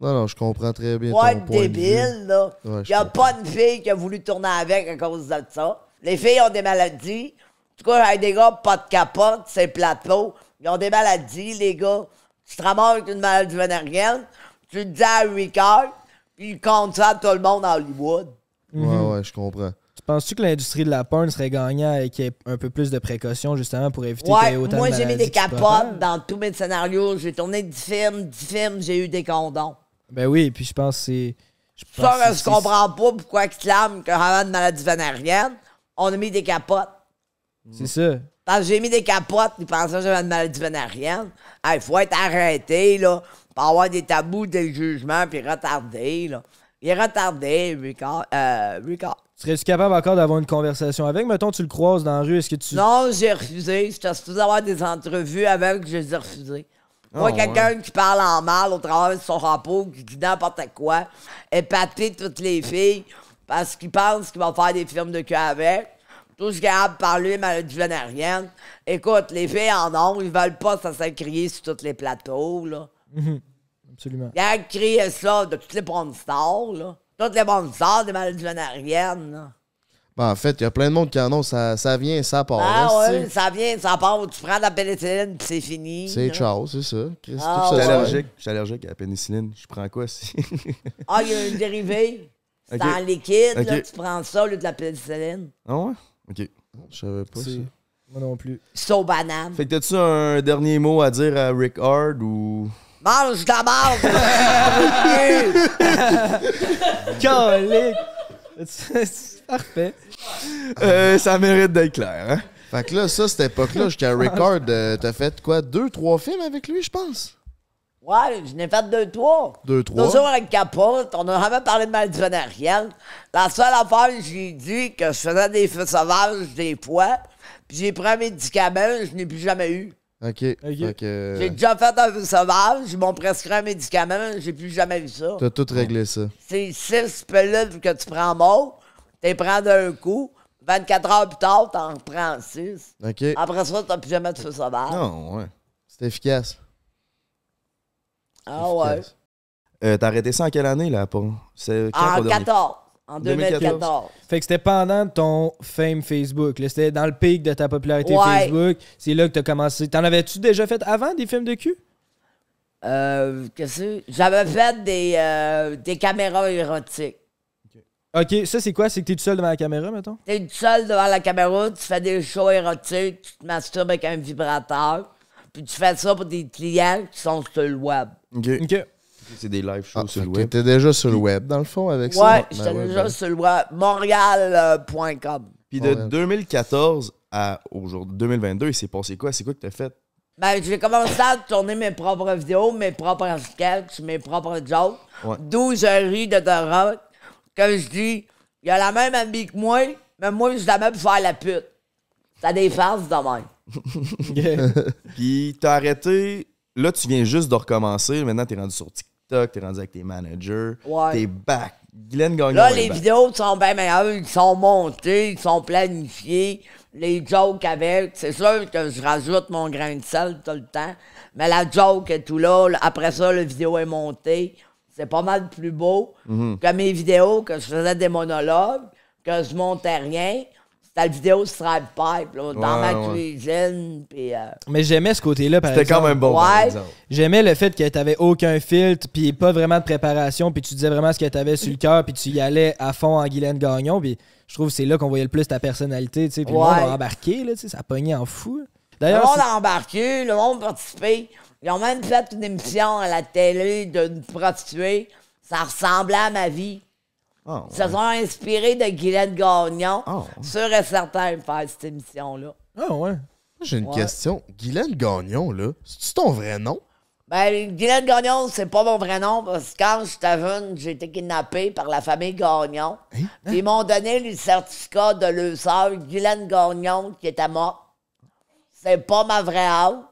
S6: Non, non, je comprends très bien
S1: Pas
S6: ton
S1: être
S6: point de
S1: débile,
S6: vue.
S1: là.
S6: Ouais,
S1: Il
S6: je
S1: n'y a
S6: comprends.
S1: pas une fille qui a voulu tourner avec à cause de ça. Les filles ont des maladies. En tout cas, avec des gars, pas de capote, c'est plateau. Ils ont des maladies, les gars. Tu te ramasses avec une maladie vénérienne, tu le dis à Ricard, puis il compte ça à tout le monde à Hollywood.
S4: Mm-hmm.
S6: Ouais, ouais, je comprends.
S2: Tu penses-tu que l'industrie de la porn serait gagnant avec un peu plus de précautions, justement, pour éviter qu'il y
S1: Ouais,
S2: ait autant
S1: moi,
S2: de
S1: j'ai mis
S2: maladies
S1: des
S2: qui se
S1: capotes
S2: propagent?
S1: dans tous mes scénarios. J'ai tourné 10 films, 10 films, j'ai eu des condons.
S2: Ben oui, puis je pense que c'est. je pense
S1: Ça,
S2: que
S1: je
S2: c'est-
S1: comprends pas pourquoi ils clament que j'avais une maladie vénérienne. On a mis des capotes.
S2: C'est ça.
S1: Parce que j'ai mis des capotes, ils pensaient que j'avais une maladie vénérienne. Il faut être arrêté, là, pour avoir des tabous, des jugements, puis retardé, là. Il est retardé, Ricard. euh, Ricard.
S2: Serais-tu capable encore d'avoir une conversation avec? Mettons, tu le croises dans la rue, est-ce que tu.
S1: Non, j'ai refusé. J'étais supposé avoir des entrevues avec, je les ai refusées. Moi,
S2: Ah,
S1: quelqu'un qui parle en mal au travers de son rapport, qui dit n'importe quoi, épater toutes les filles parce qu'il pense qu'il va faire des films de cul avec. Tout ce qu'il a à parler, maladie vénérienne. Écoute, les filles en ont, ils veulent pas ça s'écrier sur tous les plateaux, là.
S2: Mhm. Absolument.
S1: Il a crié ça de toutes les bonnes stars, là. Toutes les bonnes stars des maladies vénériennes, là.
S6: Ben, en fait, il y a plein de monde qui en ont, ça, ça vient, ça
S2: Oh,
S6: part.
S1: Ah
S6: là,
S1: ouais,
S6: c'est-
S1: ça vient, ça part. Tu prends de la pénicilline, puis c'est fini.
S6: C'est
S1: là.
S6: ciao, c'est ça. Chris,
S1: Ah,
S6: tout
S4: Je
S6: ça,
S4: suis
S6: ça-
S4: allergique. Je suis allergique à la pénicilline. Je prends quoi si.
S1: Ah, il y a une dérivée. C'est
S4: Ok.
S1: en liquide, là,
S4: Ok.
S1: tu prends ça au lieu de la pénicilline.
S4: Ah ouais? Ok.
S6: Je savais pas
S4: ça.
S2: Moi non plus.
S1: C'est aux bananes.
S4: Fait que t'as-tu un dernier mot à dire à Rick Hard ou.
S1: Mange de la marde!
S2: Calique! C'est Parfait.
S4: Euh, ça mérite d'être clair, hein?
S6: Fait que là, ça, cette époque-là, jusqu'à Record, euh, t'as fait quoi? Deux, trois films avec lui, je pense?
S1: Ouais, je n'ai fait deux, trois.
S6: Deux, trois.
S1: Toujours avec capote. On n'a jamais parlé de maladie vénérienne. La seule affaire, j'ai dit que je faisais des feux sauvages des fois. Puis j'ai pris un médicament, je n'ai plus jamais eu.
S6: OK. Fait
S4: euh,
S6: que,
S1: J'ai déjà fait un feu sauvage, ils m'ont prescrit un médicament, j'ai plus jamais vu ça.
S6: T'as tout réglé ça.
S1: c'est six pelules que tu prends mort, tu prends d'un coup, 24 heures plus tard, t'en reprends six.
S6: OK.
S1: Ah. Après ça, t'as plus jamais de feu sauvage.
S4: Non, ouais.
S6: C'est efficace.
S1: Ah ouais.
S4: Euh, T'as arrêté ça en quelle année, là? Pour... C'est quand
S1: En
S4: ton dernier?
S1: 14. En 2014.
S2: Fait que c'était pendant ton fame Facebook. là. C'était dans le pic de ta popularité
S1: Ouais.
S2: Facebook. C'est là que t'as commencé. T'en avais-tu déjà fait avant des films de cul?
S1: Euh, qu'est-ce que J'avais fait des, euh, des caméras érotiques.
S2: Ok, ça c'est quoi? C'est que t'es tout seul devant la caméra, mettons?
S1: T'es tout seul devant la caméra, tu fais des shows érotiques, tu te masturbes avec un vibrateur, puis tu fais ça pour des clients qui sont sur le web.
S4: Ok. Ah, C'est des live shows sur le web.
S6: T'étais déjà sur le web, dans le fond, avec ça?
S4: Ben
S8: Ben
S1: ouais, j'étais déjà sur le web. euh, Montréal.com.
S4: Puis de 2014 à aujourd'hui, 2022, il s'est passé quoi? C'est quoi que t'as fait?
S1: Ben, j'ai commencé à tourner mes propres vidéos, mes propres sketchs, mes propres jokes.
S4: Ouais.
S1: 12 heures de Toronto. Que je dis, il a la même amie que moi, mais moi, je suis la même faire la pute. Ça défense de même.
S4: Puis t'as arrêté. Là, tu viens juste de recommencer. Maintenant, t'es rendu sur TikTok, t'es rendu avec tes managers.
S1: Ouais.
S4: T'es back. Glenn Gagnon.
S1: Là,
S4: est
S1: les
S4: back.
S1: vidéos sont bien meilleures, ils sont montées, ils sont planifiées, les jokes avec. C'est sûr que je rajoute mon grain de sel tout le temps, mais la joke est tout là. Après ça, la vidéo est montée. C'est pas mal plus beau
S4: Mhm.
S1: que mes vidéos, que je faisais des monologues, que je montais rien. C'était la vidéo Stripe Pipe, là, dans
S2: Ouais,
S1: ma
S2: ouais.
S1: cuisine. puis, euh,
S2: Mais j'aimais ce côté-là, par
S4: C'était quand
S2: exemple.
S4: même bon, par Ouais. exemple.
S2: J'aimais le fait que t'avais aucun filtre, puis pas vraiment de préparation, puis tu disais vraiment ce que t'avais sur le cœur, puis tu y allais à fond en Guylaine Gagnon, puis je trouve que c'est là qu'on voyait le plus ta personnalité, tu sais, puis le
S1: Ouais.
S2: monde a embarqué, là, tu sais, ça pognait en fou.
S1: Le
S2: D'ailleurs,
S1: monde
S2: c'est-
S1: a embarqué, le monde a participé. Ils ont même fait une émission à la télé d'une prostituée. Ça ressemblait à ma vie.
S4: Ah,
S1: Ils se sont inspirés de Guylaine Gagnon. Sûr et certain de faire cette émission-là.
S2: Ah ouais.
S8: ben,
S6: J'ai une
S1: Ouais.
S6: question. Guylaine Gagnon, là, c'est-tu ton vrai nom?
S1: Ben, Guylaine Gagnon, c'est pas mon vrai nom parce que quand j'étais jeune, j'ai été kidnappée par la famille Gagnon. Puis Ils m'ont donné le certificat de leur sœur, Guylaine Gagnon, qui était morte. C'est pas ma vraie âme.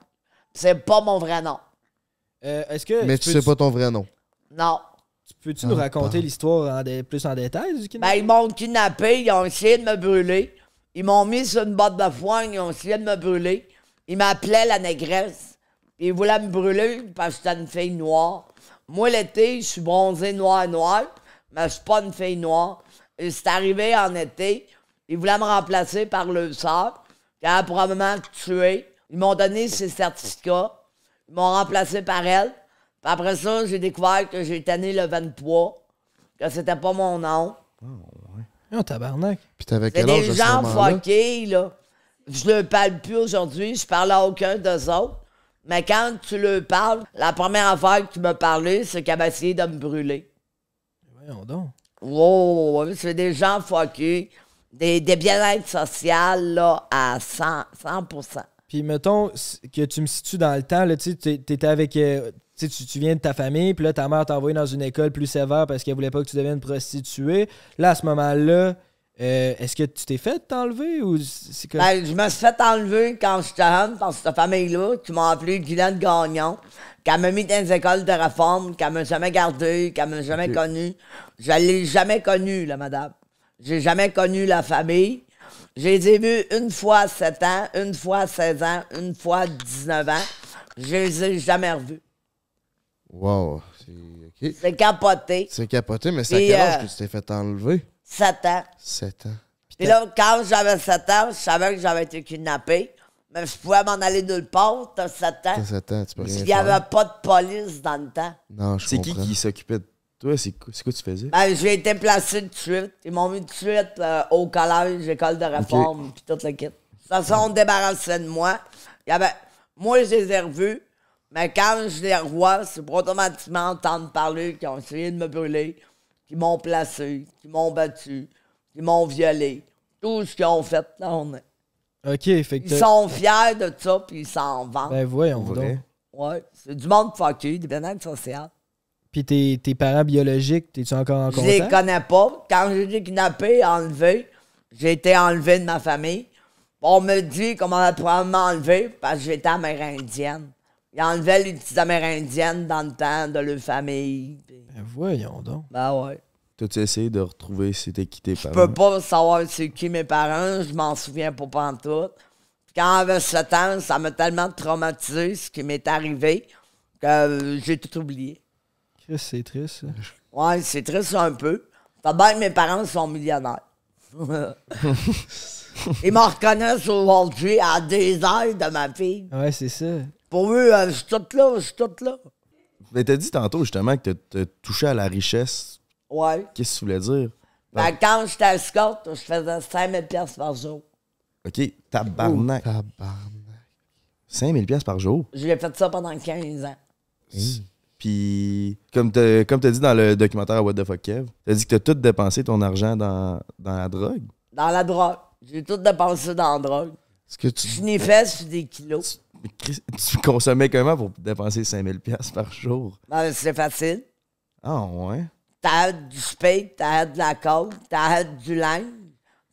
S1: C'est pas mon vrai nom.
S2: euh, est-ce que.
S6: Mais tu sais pas ton vrai nom.
S1: Non.
S2: Peux-tu nous raconter l'histoire en dé- plus en détail du
S1: Ben, ils m'ont kidnappé, ils ont essayé de me brûler. Ils m'ont mis sur une botte de foin, ils ont essayé de me brûler. Ils m'appelaient la négresse. Puis Ils voulaient me brûler parce que j'étais une fille noire. Moi, l'été, je suis bronzée noire-noire, mais je suis pas une fille noire. Et c'est arrivé en été. Ils voulaient me remplacer par le sort. Puis elle a probablement tué. Ils m'ont donné ces certificats. Ils m'ont remplacé par elle. Puis après ça, j'ai découvert que j'étais née le 23, que c'était pas mon nom.
S2: Oh, tabarnak.
S6: Puis t'avais
S1: C'est
S6: quel âge
S1: des
S6: à ce
S1: gens
S6: moment-là?
S1: fuckés, là. Je le parle plus aujourd'hui, je parle à aucun d'eux autres. Mais quand tu le parles, la première affaire que tu m'as parlé, c'est qu'elle m'a essayé de me brûler.
S2: Voyons donc.
S1: Wow, c'est des gens fuckés, des, des bien-être social, là, à 100, 100%.
S2: Puis mettons s- que tu me situes dans le temps, là, tu sais, t'es- t'étais avec. euh, tu sais, tu, tu viens de ta famille, puis là, ta mère t'a envoyé dans une école plus sévère parce qu'elle voulait pas que tu deviennes prostituée. Là, à ce moment-là, euh, est-ce que tu t'es fait enlever ou c- c'est que.
S1: Ben, je me suis fait enlever quand j'étais jeune par cette famille-là qui m'a appelé Guylaine Gagnon, qu'elle m'a mis dans les écoles de réforme, qu'elle m'a jamais gardé, qu'elle m'a jamais
S15: Ok.
S1: connu. Je l'ai jamais connue, la madame. J'ai jamais connu la famille. J'ai vu une fois à 7 ans, une fois à 16 ans, une fois à 19 ans. Je les ai jamais revus.
S6: Wow. C'est ok.
S1: C'est capoté.
S6: C'est capoté, mais c'est à
S1: Puis,
S6: quel âge
S1: euh,
S6: que tu t'es fait enlever?
S1: 7 ans.
S6: 7 ans.
S1: Puis là, quand j'avais 7 ans, je savais que j'avais été kidnappé. Mais je pouvais m'en aller nulle part, t'as 7 ans.
S6: T'as 7 ans, tu peux rien
S1: Il n'y
S6: faire.
S1: avait pas de police dans le temps.
S6: Non, je
S4: C'est qui
S6: comprends.
S4: qui s'occupait de toi? C'est quoi c'est quoi tu faisais?
S1: Ben, j'ai été placé tout de suite. Ils m'ont mis tout de suite euh, au collège, école de réforme, puis tout le kit. Ça, ça, on débarrassait de moi. Il y avait... Moi, je les ai revus, mais quand je les revois, c'est pour automatiquement entendre parler qu'ils ont essayé de me brûler, qu'ils m'ont placé, qu'ils m'ont battu, qu'ils m'ont violé. Tout ce qu'ils ont fait, là, on est-
S2: Ok, fait que.
S1: Ils
S2: t'as-
S1: sont fiers de ça, puis ils s'en vantent.
S2: Ben, voyons donc.
S1: Ouais, c'est du monde fucké, des bien-être social.
S2: Puis tes, tes parents biologiques, t'es-tu encore en
S1: Je les
S2: contact?
S1: connais pas. Quand j'ai été kidnappé, enlevé, j'ai été enlevé de ma famille. On me dit qu'on m'avait probablement enlevé parce que j'étais amérindienne. Ils enlevaient les petites amérindiennes dans le temps de leur famille.
S2: Ben, voyons donc.
S1: Ben ouais.
S4: T'as-tu essayé de retrouver si t'es quitté par
S1: Je peux pas savoir c'est qui mes parents, je m'en souviens pas pantoute. Quand j'avais 7 ans, ça m'a tellement traumatisé ce qui m'est arrivé que euh, j'ai tout oublié.
S2: Chris, c'est triste. ça.
S1: Ouais, c'est triste un peu. Fait bien que mes parents sont millionnaires. Ils me reconnaissent aujourd'hui à des heures de ma fille.
S2: Ouais, c'est ça.
S1: Pour eux, euh, je suis tout là, je suis tout là.
S4: Mais t'as dit tantôt justement que t'as t'as touché à la richesse.
S1: Ouais.
S4: Qu'est-ce que tu voulais dire?
S1: Ben, quand j'étais escorte, je faisais 5000 pièces par jour.
S4: OK, tabarnak.
S6: Tabarnak.
S4: 5000 pièces par jour.
S1: J'ai fait ça pendant 15 ans.
S4: Mmh. Puis, comme t'as comme t'as dit dans le documentaire What the fuck Kev, t'as dit que t'as tout dépensé ton argent dans, dans la drogue.
S1: Dans la drogue. J'ai tout dépensé dans la drogue.
S4: Est-ce que tu...
S1: Je sniffais sur des kilos.
S4: Mais Chris, tu consommais comment pour dépenser 5000 pièces par jour?
S1: Ben, c'est facile.
S4: Ah ouais?
S1: T'as du spade, t'as de la côte, t'as du linge.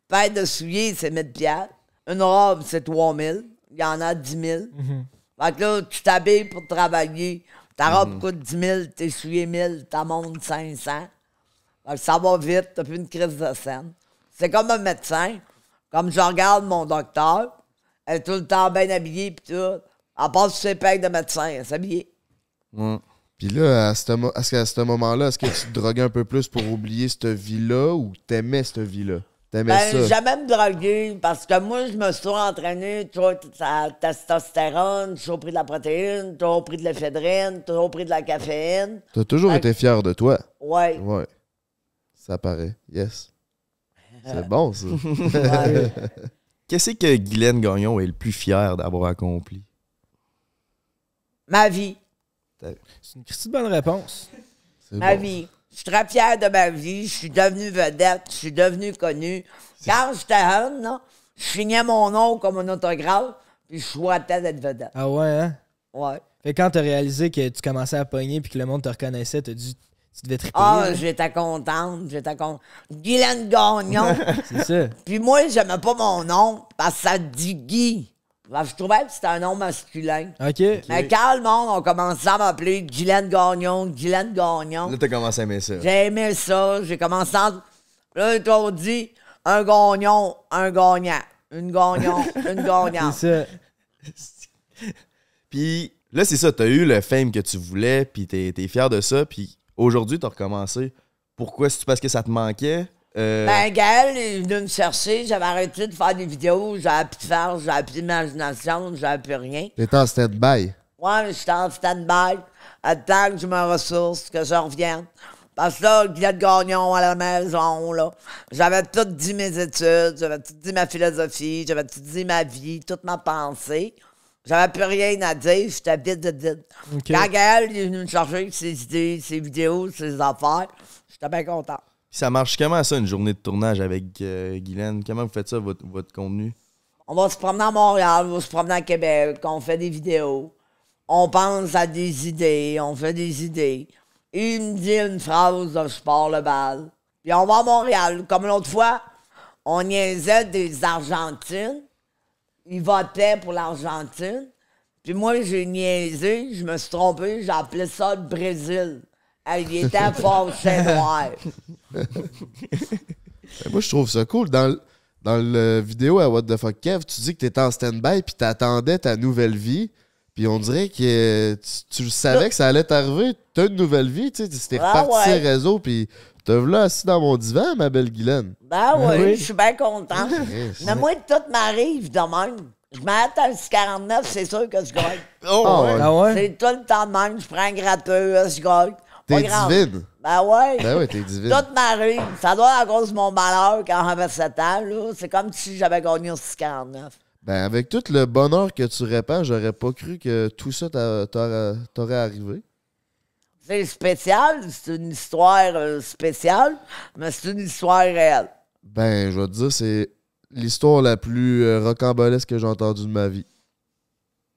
S1: Paire de souliers, c'est 1000 piastres. Une robe, c'est 3000. Il y en a 10 000.
S2: Mhm.
S1: Fait que là, tu t'habilles pour travailler. Ta robe coûte 10 000, tes souliers 1000, ta montre 500. Fait que ça va vite, t'as plus une crise de scène. C'est comme un médecin. Comme je regarde mon docteur, elle est tout le temps bien habillée pis tout. Elle passe ses pecs de médecin, elle s'habillait.
S4: Ouais.
S6: Puis là, à ce, mo- est-ce qu'à ce moment-là, est-ce que tu te droguais un peu plus pour oublier cette vie-là ou t'aimais cette vie-là?
S1: Ben,
S6: T'aimais ça?
S1: jamais me droguer parce que moi, je me suis entraîné, trop de la testostérone, j'ai pris de la protéine, j'ai pris de l'éphédrine, j'ai pris de la caféine.
S6: T'as toujours été fier de toi.
S1: Ouais.
S6: Ouais. Ça paraît. Yes.
S1: Euh.
S6: C'est bon, ça.
S1: Ouais.
S4: Qu'est-ce que Guylaine Gagnon est le plus fier d'avoir accompli?
S1: Ma vie,
S2: C'est une Christy de bonne réponse.
S1: ma vie. Je suis très fière de ma vie. Je suis devenue vedette, je suis devenue connue. Quand j'étais jeune, là, je signais mon nom comme un autographe, puis je souhaitais d'être vedette.
S2: Ah ouais, hein?
S1: Ouais.
S2: Fait que quand t'as réalisé que tu commençais à pogner puis que le monde te reconnaissait, t'as dû. Tu devais triper.
S1: Ah,
S2: là.
S1: j'étais contente, j'étais contente. Guylaine Gagnon.
S2: C'est ça.
S1: Puis moi, j'aimais pas mon nom parce que ça dit Guy. Ben, je trouvais que c'était un nom masculin.
S2: OK.
S1: Mais quand le monde a commencé à m'appeler Guylaine Gagnon, Guylaine Gagnon,
S4: Là, t'as commencé à aimer ça.
S1: j'ai aimé ça. J'ai commencé à. Là, ils t'ont dit un gagnon, un gagnant. Une gagnon, une gagnante.
S2: C'est
S4: Puis là, c'est ça, t'as eu le fame que tu voulais, puis t'es t'es fier de ça, puis aujourd'hui, t'as recommencé. Pourquoi? C'est-tu parce que ça te manquait? Euh,
S1: Ben, Gaël est venu me chercher. J'avais arrêté de faire des vidéos. J'avais plus de faire, j'avais plus d'imagination, j'avais plus rien.
S6: T'étais en stand-by.
S1: Ouais, j'étais en stand-by. Attends que je me ressource, que je revienne. Parce que là, Guylaine Gagnon à la maison, là. J'avais tout dit mes études, j'avais tout dit ma philosophie, j'avais tout dit ma vie, toute ma pensée. J'avais plus rien à dire, j'étais vide, vide, vide.
S2: OK.
S1: Quand Gaël est venu me chercher avec ses idées, ses vidéos, ses affaires, j'étais bien content.
S4: puis ça marche comment, ça, une journée de tournage avec euh, Guylaine? Comment vous faites ça, votre, votre contenu?
S1: On va se promener à Montréal, on va se promener à Québec, on fait des vidéos. On pense à des idées, on fait des idées. Il me dit une phrase de sport le bal. Puis on va à Montréal. Comme l'autre fois, on niaisait des Argentines. Ils votaient pour l'Argentine. Puis moi, j'ai niaisé, je me suis trompé, j'ai appelé ça le Brésil. Hey, Il était fort, c'est noir.
S6: Ben, moi, je trouve ça cool. Dans, le- dans le vidéo à What the fuck Kev, tu dis que t'étais en stand-by puis t'attendais ta nouvelle vie. Puis on dirait que euh, tu, tu le savais que ça allait t'arriver. T'as une nouvelle vie, tu sais. C'était
S1: Ah
S6: reparti sur
S1: ouais.
S6: les réseaux puis te voilà assis dans mon divan, ma belle Guylaine.
S1: Ben oui,
S6: Ben oui.
S1: je suis bien contente. Mais moi, tout m'arrive de même. Je m'attends à 49, c'est sûr que je gagne.
S6: Ah ouais. Ah ouais?
S1: C'est tout le temps de même. Je prends un gratteur, je gagne. Pas
S6: T'es
S1: grave.
S6: divine.
S1: Ben ouais.
S6: Ben ouais, t'es divine.
S1: Tout m'arrive. Ça doit être à cause de mon malheur quand j'avais 7 ans. là. C'est comme si j'avais gagné au 649.
S6: Ben, avec tout le bonheur que tu répands, j'aurais pas cru que tout ça t'a- t'aurait t'aurait arrivé.
S1: C'est spécial. C'est une histoire euh, spéciale, mais c'est une histoire réelle.
S6: Ben, je vais te dire, c'est l'histoire la plus euh, rocambolesque que j'ai entendue de ma vie.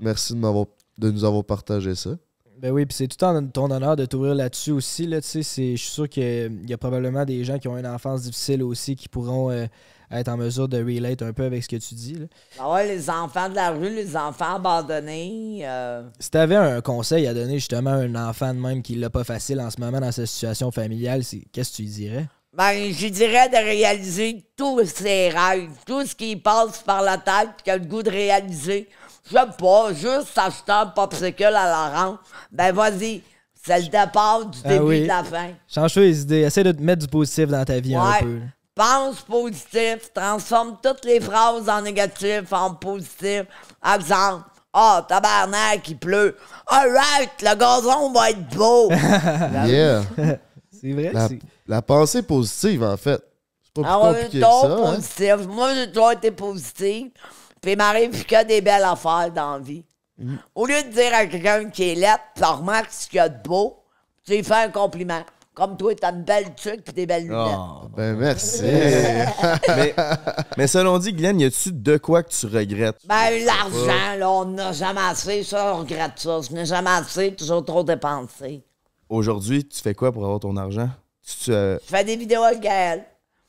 S6: Merci de, m'avoir- de nous avoir partagé ça.
S2: Ben oui, puis c'est tout en ton honneur de t'ouvrir là-dessus aussi. Là, tu sais, c'est- je suis sûr qu'il y a probablement des gens qui ont une enfance difficile aussi qui pourront euh, être en mesure de relate un peu avec ce que tu dis. là.
S1: Ben ouais, les enfants de la rue, les enfants abandonnés. euh,
S2: Si tu avais un conseil à donner justement à un enfant de même qui l'a pas facile en ce moment dans sa situation familiale, c'est qu'est-ce que tu lui dirais?
S1: Ben, je dirais de réaliser tous ses rêves, tout ce qui passe par la tête, qu'il a le goût de réaliser. Je sais pas, juste acheter un popsicle à la rente. Ben, vas-y, c'est le départ du
S2: Ah
S1: début
S2: oui.
S1: de la fin.
S2: Change toi les idées. Essaie de te mettre du positif dans ta vie un
S1: Ouais.
S2: peu. là.
S1: Pense positif, transforme toutes les phrases en négatif en positif. Exemple, ah, tabarnak, il pleut. Alright, le gazon va être beau.
S6: Yeah.
S2: c'est vrai.
S6: La, la pensée positive, en fait. C'est pas
S1: Ah
S6: plus
S1: ouais,
S6: compliqué que
S1: donc
S6: ça. hein.
S1: positif. Moi, j'ai toujours été positif. Puis il m'arrive que des belles affaires dans la vie.
S6: Mm.
S1: Au lieu de dire à quelqu'un qui est laid, tu remarques ce qu'il y a de beau, tu lui fais un compliment. Comme toi, t'as une belle tuque puis des belles lunettes.
S4: Oh,
S6: ben merci.
S4: mais, mais selon dit, Glenn, y a-tu de quoi que tu regrettes?
S1: Ben, l'argent, là, on n'a jamais assez. Ça, on regrette ça. Je n'ai jamais assez, toujours trop dépensé.
S4: Aujourd'hui, tu fais quoi pour avoir ton argent? Tu, tu, euh,
S1: Je fais des vidéos avec Gaël.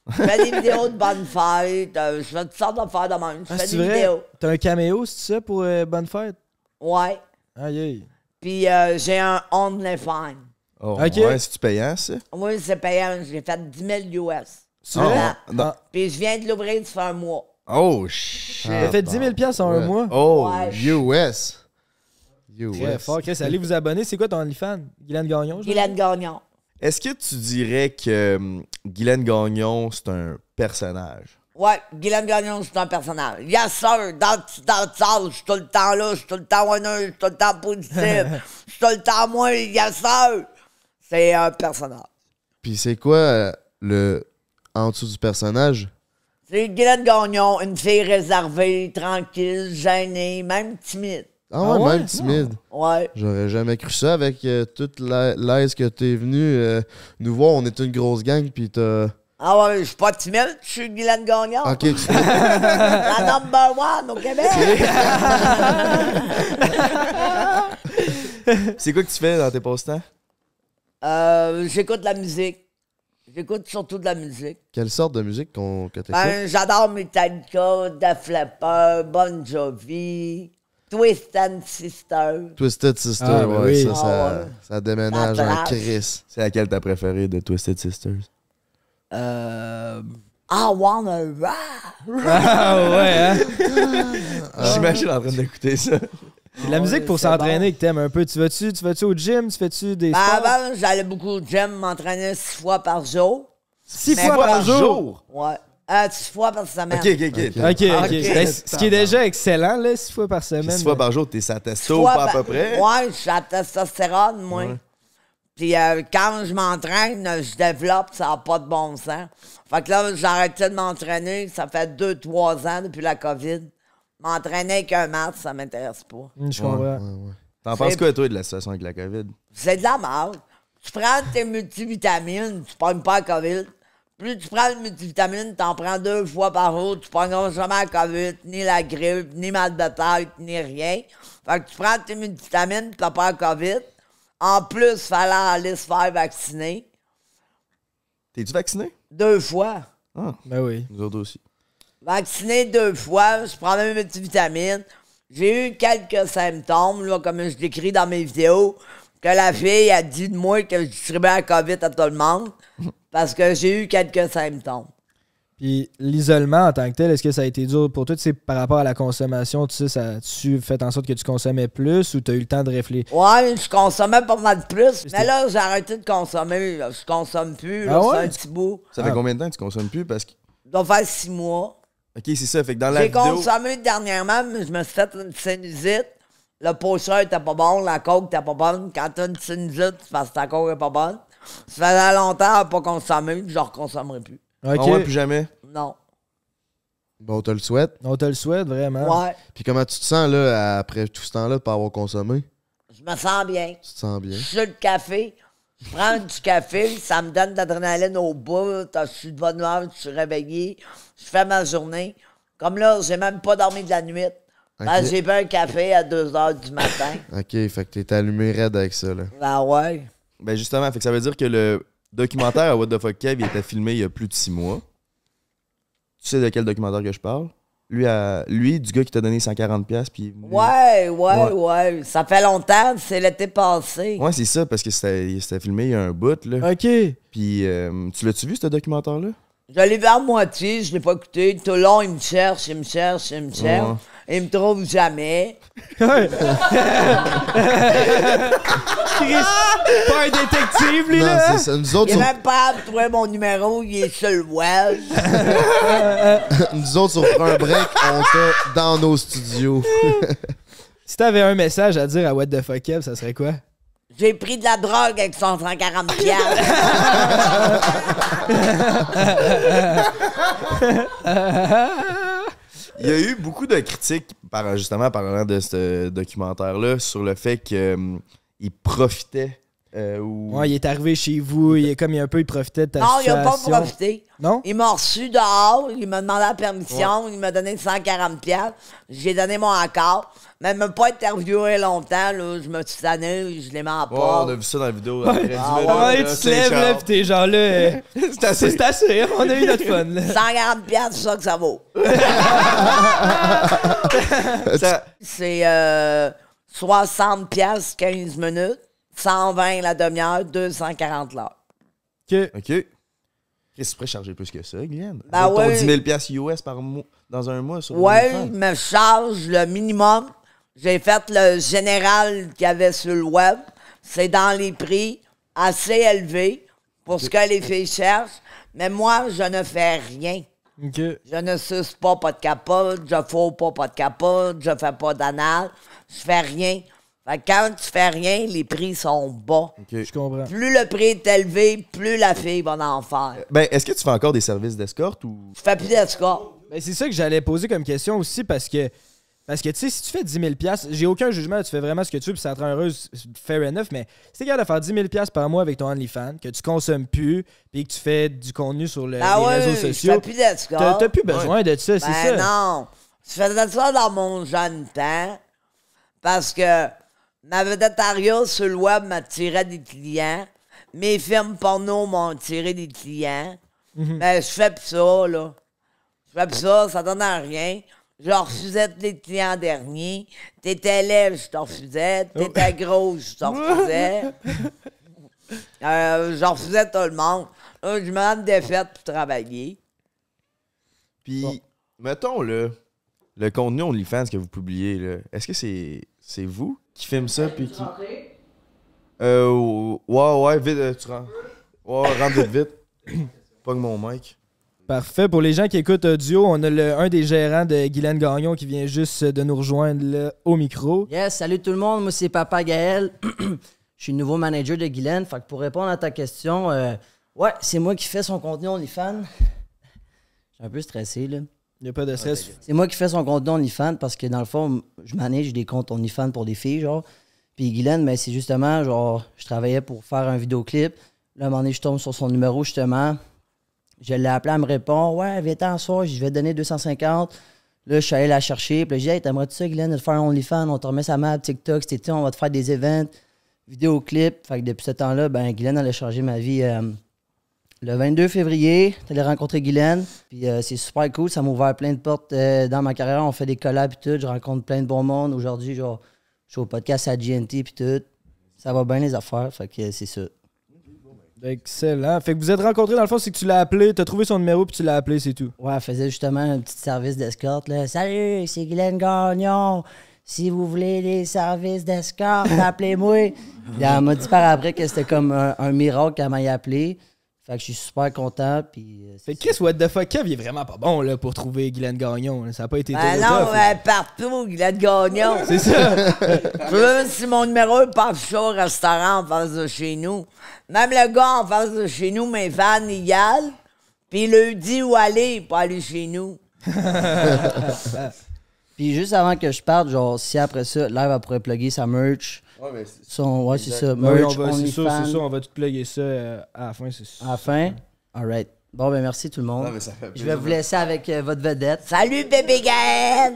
S1: Je fais des vidéos de bonnes fêtes. euh, Je fais toutes sortes d'affaires de même. Je
S2: Ah,
S1: fais
S2: c'est
S1: des
S2: vrai?
S1: vidéos.
S2: T'as un caméo, c'est ça, pour euh, Bonne Fête?
S1: Ouais.
S2: Aïe, aïe.
S1: Puis euh, j'ai un OnlyFans.
S4: oh,
S2: Ok.
S4: ouais, c'est-tu payant, ça?
S1: Oui, c'est payant. J'ai fait 10 000 US.
S4: C'est
S1: Voilà.
S4: vrai? Non.
S1: Puis je viens de l'ouvrir, ça fait un mois.
S4: Oh, shit!
S6: Ah,
S2: T'as fait 10
S6: bah.
S2: 000 piastres en un
S4: Ouais.
S2: mois?
S4: Oh,
S1: Ouais.
S6: US. US.
S2: Très fort, Chris. Allez vous abonner. C'est quoi ton OnlyFans? Guylaine Gagnon? je-
S1: Guylaine Gagnon.
S4: Est-ce que tu dirais que hum, Guylaine Gagnon, c'est un personnage?
S1: Ouais, Guylaine Gagnon, c'est un personnage. Yes, sir, dans, dans le sale, je suis tout le temps là, je suis tout le temps honneux, je suis tout le temps positif, je suis tout le temps moi, yes, sir. C'est un personnage.
S6: Puis c'est quoi euh, le en dessous du personnage?
S1: C'est Guylaine Gagnon, une fille réservée, tranquille, gênée, même timide.
S6: Ah ouais, même timide.
S1: Ouais.
S6: J'aurais jamais cru ça avec euh, toute la- l'aise que t'es venu euh, nous voir. On est une grosse gang, puis t'as...
S1: Ah ouais, je suis pas timide, je suis Guylaine Gagnon.
S6: Ok, tu-
S1: La number one au Québec.
S4: c'est quoi que tu fais dans tes passe-temps?
S1: Euh, j'écoute de la musique. J'écoute surtout de la musique.
S6: Quelle sorte de musique qu'on, que t'écoutes?
S1: Ben, j'adore Metallica, Def Leppard, Bon Jovi, Twist and Sister.
S6: Twisted Sister,
S4: Ah, ben
S6: ouais,
S4: oui.
S6: ça, ça,
S1: Ah ouais.
S6: ça déménage
S1: Ça
S6: en
S1: trash.
S6: Chris.
S4: C'est laquelle t'as préférée de Twisted Sisters?
S1: Euh... I wanna ride.
S2: Ah hein?
S6: Ah.
S4: J'imagine en train d'écouter ça.
S2: C'est de la musique pour s'entraîner que t'aimes un peu. Tu vas-tu tu vas-tu au gym? Tu fais-tu des
S1: Ben,
S2: sports?
S1: avant, j'allais beaucoup au gym, m'entraîner six fois par jour.
S2: Six
S1: Mais
S2: fois
S1: pas-
S2: par jour?
S1: Ouais. Euh, six fois par semaine.
S4: Ok, ok, ok.
S2: OK, OK. Ben, c- ce qui est déjà excellent, là, six fois par semaine.
S4: Six fois par jour, t'es sa testo, pas à peu près?
S1: euh, ben, Ouais, je suis à testostérone, moi.
S4: Ouais.
S1: Puis euh, quand je m'entraîne, je développe, ça n'a pas de bon sens. Fait que là, j'ai arrêté de m'entraîner, ça fait deux, trois ans depuis la COVID. M'entraîner avec un masque, ça m'intéresse pas.
S2: Mm, Je comprends.
S4: Ouais, ouais, ouais. T'en penses
S1: C'est-
S4: quoi, toi, de la situation avec la COVID?
S1: C'est de la merde. Tu prends tes multivitamines, tu pognes pas la COVID. Plus tu prends le multivitamine, t'en prends deux fois par jour, tu pognes jamais la COVID, ni la grippe, ni mal de tête, ni rien. Fait que tu prends tes multivitamines, t'as pas la COVID. En plus, fallait aller se faire vacciner.
S4: T'es-tu vacciné?
S1: Deux fois.
S4: Ah,
S2: Ben oui.
S4: nous autres aussi.
S1: Vacciné deux fois, je prends mes multivitamines. J'ai eu quelques symptômes, là, comme je décris dans mes vidéos, que la fille a dit de moi que je distribuais la COVID à tout le monde, parce que j'ai eu quelques symptômes.
S2: Puis l'isolement en tant que tel, est-ce que ça a été dur pour toi? Tu sais, par rapport à la consommation, tu sais, ça a-tu fait en sorte que tu consommais plus ou t'as eu le temps de réfléchir?
S1: Ouais, je consommais pas mal de plus, mais là, j'ai arrêté de consommer. là. Je consomme plus, là,
S2: Ah ouais?
S1: c'est un petit bout.
S4: Ça fait combien de temps que tu consommes plus? Parce que.
S1: Ça doit faire six mois.
S4: Ok, c'est ça. Fait que dans la
S1: J'ai
S4: vidéo.
S1: consommé dernièrement, mais je me suis fait une sinusite. Le pocheur était pas bon, la coke était pas bonne. Quand t'as une sinusite, c'est parce que ta coke est pas bonne. Ça faisait longtemps à pas consommer, puis je reconsommerai plus.
S2: Ok.
S4: Ah ouais, plus jamais.
S1: Non.
S6: Bon, on te le souhaite.
S2: On te le souhaite vraiment.
S4: Ah.
S1: Ouais,
S6: Puis comment tu te sens là, après tout ce temps-là, de pas avoir consommé?
S1: je me sens bien.
S6: Tu te sens
S1: Je
S6: bien?
S1: suis sur le café. Je prends du café, ça me donne de l'adrénaline au bout. Je suis de bonne humeur, je suis réveillé. Je fais ma journée. Comme là, j'ai même pas dormi de la nuit. Parce que
S6: Ok.
S1: j'ai bu un café à 2 h du matin.
S6: Ok, fait que t'es allumé raide avec ça, là.
S1: ben ouais.
S4: Ben justement, fait que ça veut dire que le documentaire à What the Fuck Kev il était filmé il y a plus de six mois. Tu sais de quel documentaire que je parle? Lui, à- lui, du gars qui t'a donné 140$, piastres, puis.
S1: Ouais, ouais, ouais,
S4: Ouais.
S1: Ça fait longtemps, c'est l'été passé.
S4: Ouais, c'est ça, parce que c'était c'était filmé il y a un bout, là.
S2: OK.
S4: Puis, euh, tu l'as-tu vu, ce documentaire-là?
S1: Je l'ai vers moitié, je l'ai pas écouté. Tout le long, il me cherche, il me cherche, il me cherche. Il me trouve jamais.
S2: Chris, pas un détective, lui,
S6: Non,
S2: là!
S6: c'est ça. Nous autres,
S1: il est
S6: sur-
S1: même pas capable de trouver mon numéro, il est sur le web.
S6: Nous autres, sur un break, on t'a dans nos studios.
S2: Si t'avais un message à dire à What the Fuck Up, ça serait quoi?
S1: J'ai pris de la drogue avec son 140 piastres.
S4: Il y a eu beaucoup de critiques, par, justement, parlant de ce documentaire-là, sur le fait qu'il profitait. euh, ou...
S2: Ouais, il est arrivé chez vous, il est comme il un peu, il profitait de ta
S1: Non, il
S2: situation.
S1: a pas profité.
S2: Non?
S1: Il m'a reçu dehors, il m'a demandé la permission, il m'a donné 140 piastres. J'ai donné mon accord. Mais même pas interviewé longtemps, là, je me suis tanné, je l'ai mis en
S4: Ouais,
S1: porte.
S4: on a vu ça dans la vidéo.
S2: Ouais.
S4: après,
S2: Ah,
S4: dis-le, là,
S2: ouais,
S4: là,
S2: tu te
S4: Euh, c'est
S2: lèves, là,
S4: Charles.
S2: pis t'es genre là. euh,
S4: C'est assez.
S2: C'est assez, hein, on a eu notre fun, là.
S1: 140 piastres, c'est ça que ça vaut.
S4: Ça-
S1: C'est euh, 60 piastres 15 minutes, 120 la demi-heure, 240 l'heure.
S2: OK.
S4: OK. Chris, tu pourrais charger plus que ça, Glenn.
S7: Bah.
S1: Ben
S4: Ton
S1: ouais.
S4: 10 000 piastres US par mois, dans un mois sur
S1: Ouais,
S4: OnlyFans.
S1: il me charge le minimum. J'ai fait le général qu'il y avait sur le web. C'est dans les prix assez élevés pour ce que les filles cherchent. Mais moi, je ne fais rien.
S2: OK.
S1: Je ne suce pas, pas de capote. Je fous pas, pas de capote. Je fais pas d'anal. Je fais rien. Fait que quand tu fais rien, les prix sont bas.
S2: Je comprends.
S1: Plus le prix est élevé, plus la fille va en faire.
S4: Ben, est-ce que tu fais encore des services d'escorte ou.
S1: Je fais plus d'escorte.
S2: Ben, c'est ça que j'allais poser comme question aussi parce que, parce que tu sais, si tu fais 10 000 j'ai aucun jugement, tu fais vraiment ce que tu veux puis ça te rend heureuse, fair enough, mais si t'es capable de faire 10 000 par mois avec ton OnlyFans, que tu consommes plus puis que tu fais du contenu sur le-
S1: Ah
S2: les
S1: ouais,
S2: réseaux
S1: je
S2: sociaux,
S1: fais plus d'escorte.
S2: t'as t'as plus besoin de ça, c'est ça.
S1: ben non. Je faisais ça dans mon jeune temps parce que ma végétariat sur le web m'attirait des clients. Mes films porno m'ont tiré des clients.
S2: Mhm.
S1: Ben, je fais plus ça, là. Je fais plus ça, ça donne à rien. Je refusais tous les clients derniers. T'étais laid, je te refusais.
S2: Oh.
S1: T'étais gros, je te refusais. Euh, je refusais tout le monde. Là, je me rends des fêtes pour travailler.
S4: Puis, mettons, là, le contenu OnlyFans que vous publiez, là, est-ce que c'est, c'est vous qui filmez ça? Puis qui... Euh, ouais, ouais, vite, euh, tu rentres. Ouais, rentre vite, vite. Pogne mon mic.
S2: Parfait. Pour les gens qui écoutent audio, on a le, un des gérants de Guylaine Gagnon qui vient juste euh, de nous rejoindre là, au micro.
S7: Yes, salut tout le monde. Moi, c'est Papa Gaël. Je suis le nouveau manager de Guylaine. Fait que pour répondre à ta question, euh, ouais, c'est moi qui fais son contenu OnlyFans. Je suis un peu stressé, là.
S2: Il n'y a pas
S7: Ah,
S2: de stress.
S7: C'est moi qui fais son contenu OnlyFans parce que dans le fond, je manage des comptes OnlyFans pour des filles, genre. Puis Guylaine, ben, c'est justement, genre, je travaillais pour faire un vidéoclip. Là, à un moment donné, je tombe sur son numéro, justement. Je l'ai appelée, elle me répond Ouais, viens-t'en ce soir, je vais te donner 250. Là, je suis allé la chercher. Puis là, j'ai dit Hey, t'aimerais-tu ça, Guylaine, de te faire un OnlyFans On te remet sa map, TikTok, c'était on va te faire des events, vidéoclips. Fait que depuis ce temps-là, ben, Guylaine, elle a changé ma vie. euh, le 22 février, tu allé rencontrer Guylaine. Puis euh, c'est super cool. Ça m'a ouvert plein de portes euh, dans ma carrière. On fait des collabs et tout. Je rencontre plein de bon monde. Aujourd'hui, genre, je suis au podcast à GNT puis tout. Ça va bien les affaires. Fait que euh, c'est ça.
S2: Excellent. Fait que vous êtes rencontrés, dans le fond, c'est que tu l'as appelé, t'as trouvé son numéro puis tu l'as appelé, c'est tout.
S7: Ouais, elle faisait justement un petit service d'escorte. là. Salut, c'est Guylaine Gagnon. Si vous voulez des services d'escorte, appelez-moi. Puis Elle m'a dit par après que c'était comme un, un miracle qu'elle m'ait appelé. Fait que je suis super content. Puis euh,
S2: Fait que Chris, what the fuck, Kev, il est vraiment pas bon là, pour trouver Guylaine Gagnon. là. Ça n'a pas été
S1: Ben
S2: trop
S1: non,
S2: tough, là.
S1: ben, partout, il a de gagnant.
S2: C'est ça.
S1: Je veux même si mon numéro est pas affiché au restaurant en face de chez nous. Même le gars en face de chez nous, mes fans, il y allent, Puis il leur dit où aller pour aller chez nous.
S7: Puis juste avant que je parte, genre, si après ça, live, elle pourrait plugger sa merch.
S4: Ouais, mais c'est-
S7: Son, ouais, c'est
S2: Exact.
S7: ça.
S2: Ben oui,
S7: Merch,
S2: on va- c'est sûr,
S7: OnlyFans.
S2: c'est sûr, on va tout plugger ça euh, à la fin, c'est sûr.
S7: À la fin. All right. Bon, ben merci tout le monde.
S2: Non, mais ça fait
S7: je
S2: plaisir.
S7: vais vous laisser avec euh, votre vedette.
S1: Salut, bébé Gaël!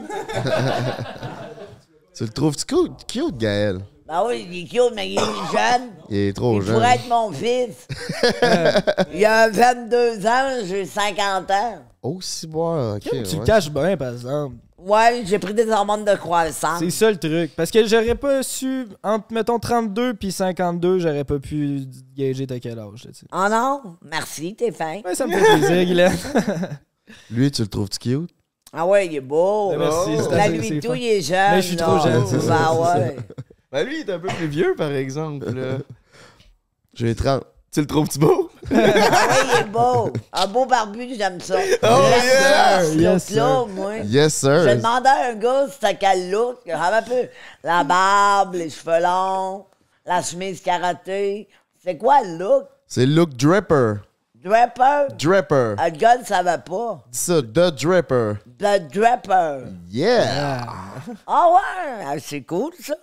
S6: tu le trouves-tu cute, cute, Gaël?
S1: Ben oui, il est cute, mais il est jeune.
S6: Il est trop
S1: il
S6: jeune.
S1: pourrait être mon fils. il a 22 ans, j'ai 50 ans.
S6: Oh, si bon, ok.
S2: Tu le
S6: ouais.
S2: caches bien, par exemple.
S1: Ouais, j'ai pris des hormones de croissance.
S2: C'est ça le truc. Parce que j'aurais pas su, entre mettons 32 puis 52, j'aurais pas pu gager t'as quel âge. là, tu sais.
S1: Oh non, merci, t'es fin.
S2: Ouais, ça me fait plaisir, Guylaine.
S6: Lui, tu le trouves-tu cute?
S1: Ah ouais, il est beau.
S2: Ben, merci, c'est
S1: La
S2: assez-
S1: nuit
S2: c'est
S1: tout,
S2: fin.
S1: il est jeune.
S2: Mais je suis trop
S1: là.
S2: jeune,
S6: c'est ça,
S1: Ben
S6: c'est
S1: ouais.
S4: Ben lui, il est un peu plus vieux, par exemple. là.
S6: J'ai 30.
S4: Tu le trouves-tu beau?
S1: Ah ouais, il est beau. Un beau barbu, j'aime ça.
S6: Oh,
S1: J'aime
S6: yes!
S1: ce
S6: Yes,
S1: look-là,
S6: sir.
S1: moi.
S6: Yes, sir.
S1: J'ai demandé à un gars c'était quel look. J'avais un peu la barbe, les cheveux longs, la chemise carottée. C'est quoi le look?
S6: C'est Luke Draper.
S1: Draper?
S6: Draper.
S1: Un gars ne savait pas.
S6: Dis ça, The Draper.
S1: The Draper.
S6: Yeah!
S1: Ah ouais, ah, c'est cool ça.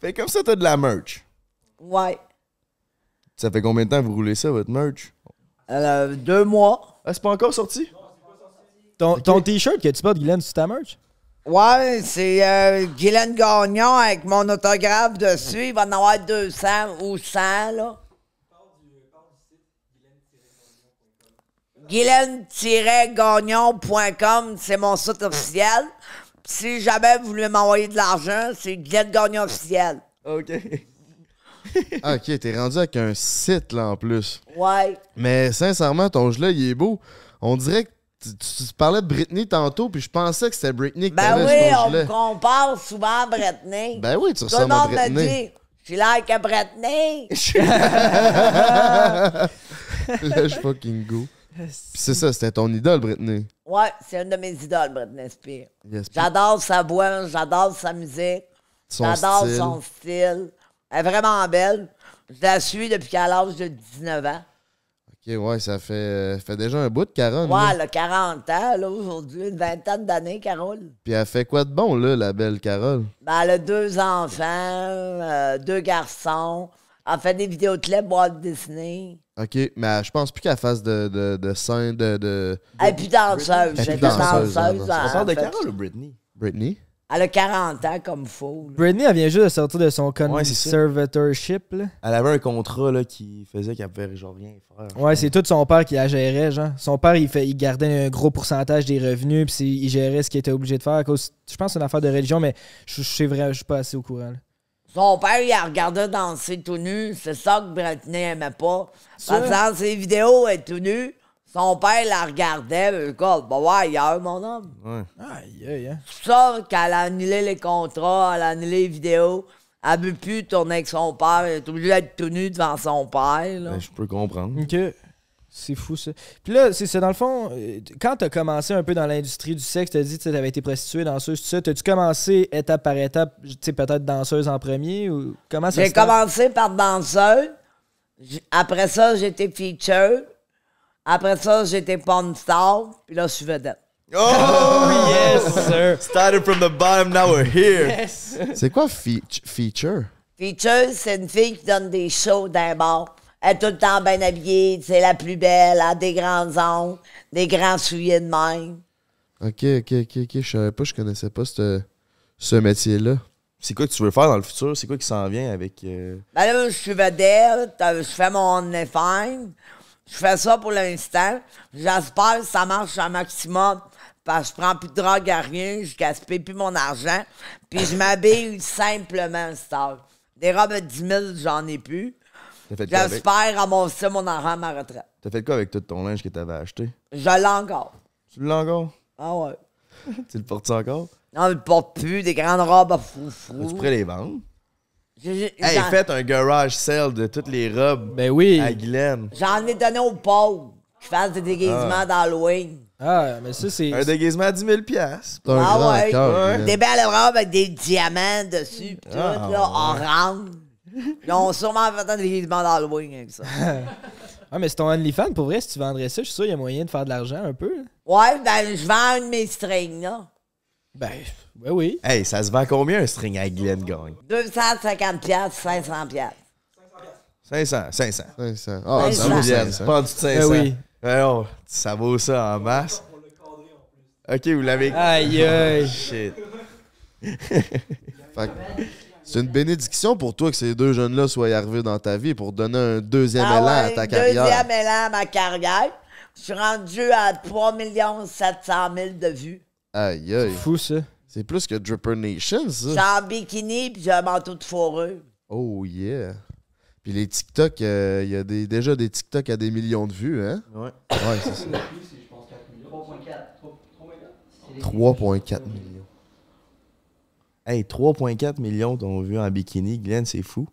S4: Fait comme ça, t'as de la merch.
S1: Ouais.
S4: Ça fait combien de temps que vous roulez ça, votre merch?
S1: Euh, deux mois.
S4: Ah, c'est pas encore sorti?
S2: Ton, ton t-shirt que tu portes, Guylaine, sur ta merch?
S1: Ouais, c'est euh, Guylaine Gagnon avec mon autographe dessus. Il va en avoir 200 ou 100, là. Guylaine-gagnon.com, c'est mon site officiel. Puis Si jamais vous voulez m'envoyer de l'argent, c'est Guylaine Gagnon officiel.
S4: OK.
S6: Ah, ok, t'es rendu avec un site, là, en plus.
S1: Ouais.
S6: Mais sincèrement, ton jeu-là, il est beau. On dirait que tu, tu- tu parlais de Britney tantôt, puis je pensais que c'était Britney que
S1: Ben
S6: t'avais
S1: oui,
S6: sur ton
S1: on
S6: gilet.
S1: me compare souvent à Britney.
S6: Ben oui, tu
S1: Tout le
S6: ressembles à
S1: monde me
S6: Britney.
S1: dit, j'ai l'air que Britney. hein.
S6: Là, je fucking go. Puis c'est ça, c'était ton idole, Britney.
S1: Ouais, c'est une de mes idoles, Britney Spears.
S6: Yes.
S1: J'adore sa voix, j'adore sa musique,
S6: Son
S1: j'adore
S6: style.
S1: son style. Elle est vraiment belle. Je la suis depuis qu'elle a l'âge de 19 ans.
S6: Ok, ouais, ça fait, euh, fait déjà un bout de Caronne.
S1: Ouais,
S6: là.
S1: elle a 40 ans, là, aujourd'hui, une vingtaine d'années, Carole.
S6: Puis elle fait quoi de bon, là, la belle Carole?
S1: Ben, elle a deux enfants, euh, deux garçons. Elle fait des vidéoclips Walt Disney.
S6: OK, mais je pense plus qu'elle fasse de, de, de scène, de... de...
S1: Elle est plus danseuse.
S6: Elle est
S1: Elle est
S6: plus
S1: danseuse.
S6: danseuse,
S1: danseuse.
S6: danseuse.
S1: elle
S6: On parle de
S7: Ah,
S1: fait-
S6: Carole
S4: ou Britney?
S6: Britney?
S1: Elle a 40 ans comme fou.
S2: Britney, elle vient juste de sortir de son
S4: c'est ça.
S2: conservatorship. là.
S4: Elle avait un contrat là, qui faisait qu'elle pouvait genre rien faire.
S2: Ouais, c'est tout son père qui la gérait, genre. Son père, il, fait, il gardait un gros pourcentage des revenus, puis c'est- il gérait ce qu'il était obligé de faire à cause. Je pense que c'est une affaire de religion, mais je, je sais vrai, je suis pas assez au courant. là.
S1: Son père, il la regardait danser tout nu. C'est ça que Britney aimait pas.
S2: Ça?
S1: Parce que dans ses vidéos, elle est tout nu. Son père la regardait. Mais écoute, bah ouais, ailleurs, mon homme.
S4: Ouais.
S2: Aïe, aïe, hein.
S1: C'est pour ça qu'elle a annulé les contrats, elle a annulé les vidéos. Elle ne veut plus tourner avec son père. Elle est obligée d'être tout nu devant son père. là.
S4: Ben, je peux comprendre.
S2: Ok. C'est fou, ça. Puis là, c'est ça, dans le fond, euh, quand t'as commencé un peu dans l'industrie du sexe, t'as dit que t'avais été prostituée, danseuse, tout ça. T'as-tu commencé étape par étape, tu sais, peut-être danseuse en premier ou comment ça
S1: J'ai
S2: se passe?
S1: commencé par danseuse. J- Après ça, j'étais feature. Après ça, j'étais porn star. Puis là, je suis vedette.
S4: Oh,
S2: yes, sir.
S4: Started from the bottom, now we're here.
S1: Yes.
S6: C'est quoi feat- feature?
S1: Feature, c'est une fille qui donne des shows d'un bar. Elle est tout le temps bien habillée, c'est la plus belle, elle a des grandes ongles, des grands souliers de même.
S6: OK, OK, OK, OK, je savais pas, je connaissais pas ce, ce métier-là.
S4: C'est quoi que tu veux faire dans le futur? C'est quoi qui s'en vient avec. euh,
S1: Ben là, je suis vedette, euh, je fais mon OnlyFans. Je fais ça pour l'instant. J'espère que ça marche un maximum. Parce que je prends plus de drogue à rien, je gaspille plus mon argent. Puis je m'habille simplement, star. Des robes de 10 000, j'en ai plus.
S4: T'as fait quoi avec?
S1: J'espère ramasser mon argent à ma retraite.
S4: T'as fait quoi avec tout ton linge que t'avais acheté?
S1: Je l'ai encore.
S4: Tu l'as encore?
S1: Ah ouais.
S4: Tu le portes encore?
S1: Non, il porte plus des grandes robes ah, à foufou.
S4: Tu pourrais les vendre?
S1: J'ai- j'ai-
S4: Hey,
S1: j'en-
S4: faites un garage sale de toutes les robes
S2: ben oui.
S4: à Guylaine.
S1: J'en ai donné aux pauvres qui fassent des déguisements
S4: Ah.
S1: d'Halloween.
S2: Ah, mais ça, c'est.
S4: Un déguisement à 10 000 piastres.
S1: Ah ouais.
S4: Ouais.
S6: hein.
S1: Des belles robes avec des diamants dessus, pis tout,
S4: hein. Ah,
S1: là,
S4: ouais.
S1: orange. Ils ont sûrement fait un déguisement d'Halloween avec ça.
S2: Ah, mais c'est ton OnlyFans, pour vrai, si tu vendrais ça, je suis sûr qu'il y a moyen de faire de l'argent un peu. là.
S1: Ouais, ben, je vends une de mes strings, là.
S2: Ben, ben oui.
S4: Hey, ça se vend combien un string à Guylaine Gagne?
S1: 250 piastres, 500 piastres.
S4: 500, 500.
S6: 500.
S1: Ah, ça vaut
S6: 500.
S4: Pas en dessous de
S2: Ben
S4: 500.
S7: Eh
S2: oui.
S4: Ben non, ça vaut ça en masse. Ok, vous l'avez.
S2: Aïe, aïe.
S4: Shit.
S6: Fait que C'est une bénédiction pour toi que ces deux jeunes-là soient arrivés dans ta vie pour donner un deuxième
S1: Ah
S6: élan à
S1: ouais,
S6: ta carrière.
S1: Deuxième élan à ma carrière. Je suis rendu à 3 700 000 de vues.
S6: Aïe, aïe. C'est
S2: fou, ça.
S6: C'est plus que Dripper Nation,
S1: Je
S6: ça.
S1: suis en bikini puis j'ai un manteau de fourrure.
S6: Oh, yeah. Puis les TikTok, euh, il y a des- déjà des TikTok à des millions de vues, hein?
S4: Ouais.
S6: Ouais, c'est ça.
S4: 3,4 millions. Hey, 3,4 millions t'ont vu en bikini, Glenn, c'est fou.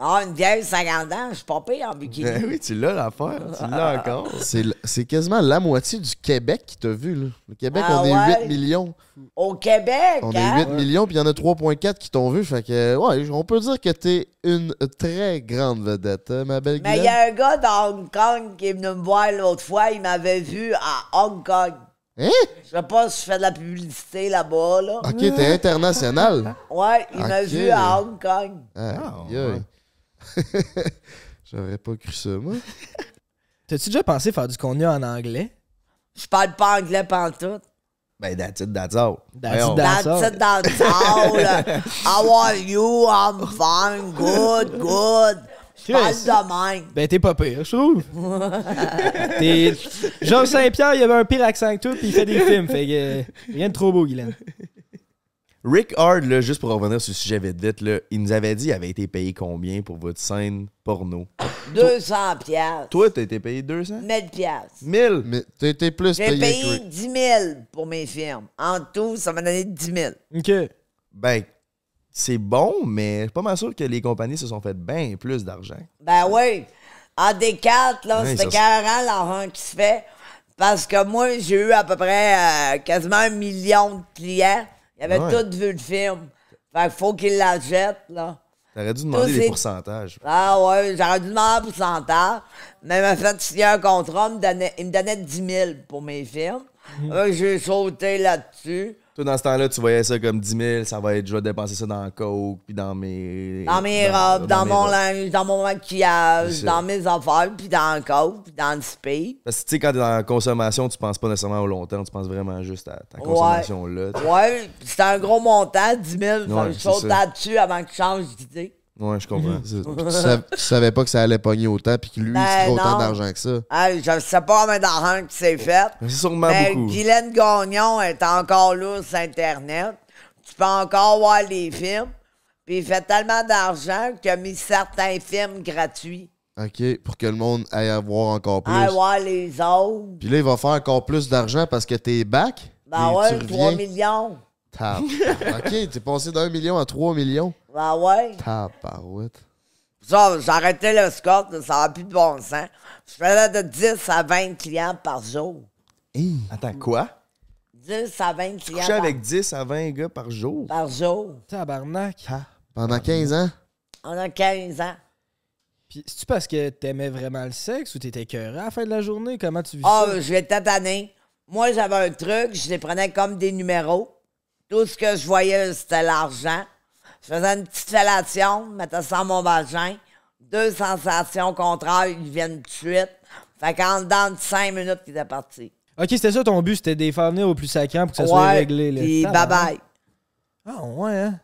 S1: Ah, une vieille 50 ans, je suis pas pire en bikini.
S4: Ben oui, tu l'as l'affaire, tu
S1: Ah.
S4: l'as encore.
S6: C'est l- C'est quasiment la moitié du Québec qui t'a vu, là. Le Québec,
S1: Ah
S6: on est
S1: ouais?
S6: 8 millions.
S1: Au Québec,
S6: On
S1: hein?
S6: est 8 millions, puis il y en a 3,4 qui t'ont vu. Fait que, ouais, on peut dire que t'es une très grande vedette, hein, ma belle
S1: Mais il y
S6: Guylaine.
S1: a un gars dans Hong Kong qui est venu me voir l'autre fois, il m'avait vu à Hong Kong.
S6: Hein?
S1: Je sais pas si je fais de la publicité là-bas, là.
S6: Ok, t'es international.
S1: Ouais, il m'a
S6: Ok.
S1: vu à Hong Kong.
S6: Aïe, aïe.
S4: Ah,
S6: J'aurais pas cru ça, moi.
S2: T'as-tu déjà pensé faire du contenu en anglais?
S1: Je parle pas anglais pantoute.
S4: Ben, that's it, that's all.
S2: That's
S4: Voyons.
S2: it,
S1: That's it, that's all. How are you? I'm fine. Good, good. Je
S2: Chris.
S1: parle
S2: Ben, t'es pas pire, je trouve.
S1: de
S2: T'es-
S1: même.
S2: Jean Saint-Pierre, il avait un pire accent que toi, puis il fait des films. Fait que euh, rien de trop beau, Guylaine.
S4: Rick Hard, là, juste pour revenir sur le sujet vite vite, là, il nous avait dit il avait été payé combien pour votre scène porno.
S1: 200 piastres.
S4: Toi, t'as été payé 200?
S1: 1000 piastres.
S4: 1000?
S6: Mais t'étais plus
S1: J'ai
S6: payé que
S1: payé
S6: Rick.
S1: 10 000 pour mes films. En tout, ça m'a donné 10 000.
S2: OK.
S4: Ben, c'est bon, mais je suis pas mal sûr que les compagnies se sont fait bien plus d'argent.
S1: Ben oui. En D4, là,
S4: Ouais,
S1: c'était
S4: ça, c'est-
S1: carrément l'argent qui se fait. Parce que moi, j'ai eu à peu près euh, quasiment un million de clients. Ils avaient
S4: Ouais.
S1: tous vu le film. Fait qu'il faut qu'ils l'achètent, là.
S4: T'aurais dû demander
S1: Toi,
S4: les
S1: c'est-
S4: pourcentages.
S1: Ah ouais, j'aurais dû demander un pourcentage. Mais il m'a fait signer un contrat, il me donnait, il me donnait 10 000 pour mes films.
S4: Mmh.
S1: Là, j'ai sauté là-dessus.
S4: Toi, dans ce temps-là, tu voyais ça comme 10 000, ça va être, je vais dépenser ça dans Coke, puis dans mes.
S1: Dans mes robes, dans,
S4: mes
S1: mon
S4: robes.
S1: linge, dans mon maquillage,
S4: C'est ça.
S1: dans mes affaires, puis dans le coke, puis dans le speed.
S4: Parce que, tu sais, quand t'es dans la consommation, tu penses pas nécessairement au long terme, tu penses vraiment juste à ta consommation-là. tu sais.
S1: Ouais, c'était un gros montant, 10 000. Fait
S4: Ouais,
S1: que je
S4: c'est
S1: saute
S4: ça.
S1: là-dessus avant que je change d'idée.
S4: Ouais, je comprends.
S6: C'est- Puis tu, sav- tu savais pas que ça allait pogner autant, puis que lui, il se ferait
S1: Ben
S6: autant
S1: non.
S6: d'argent que ça.
S1: Hey, je sais pas combien d'argent qui s'est fait.
S4: Ben, C'est sûrement
S1: mais
S4: beaucoup.
S1: Guylaine Gagnon est encore là sur Internet. Tu peux encore voir les films. Puis il fait tellement d'argent qu'il a mis certains films gratuits
S6: OK, pour que le monde aille en voir encore plus.
S1: à voir les autres.
S6: Puis là, il va faire encore plus d'argent parce que t'es back.
S1: Ben
S6: et
S1: ouais,
S6: tu
S1: 3
S6: reviens.
S1: millions.
S6: Tab- OK, t'es passé d'un million à 3 millions.
S1: Ben ouais.
S6: Tabarouette.
S1: Ça, j'ai arrêté le score, ça n'a plus de bon sens. Je faisais de 10 à 20 clients par jour.
S4: Attends, quoi?
S1: 10 à 20 clients
S4: Coucher
S1: par,
S4: avec 10 à 20 gars par jour.
S1: par jour.
S2: Tabarnak.
S6: Pendant 15 ans.
S1: On a 15 ans.
S2: Puis, c'est-tu parce que t'aimais vraiment le sexe ou t'étais cœuré à la fin de la journée? Comment tu vis
S1: Ah,
S2: ça?
S1: je vais tataner. Moi, j'avais un truc, je les prenais comme des numéros. Tout ce que je voyais, c'était l'argent. Je faisais une petite fellation, je mettais ça dans mon vagin. Deux sensations contraires, ils viennent tout de suite. Fait qu'en dedans de cinq minutes, ils étaient partis.
S2: OK, c'était ça ton but, c'était de les faire venir au plus sacrant pour que ça soit
S1: Ouais,
S2: réglé. là.
S1: puis
S2: Tabarnak.
S1: bye-bye.
S2: Ah, ouais, hein?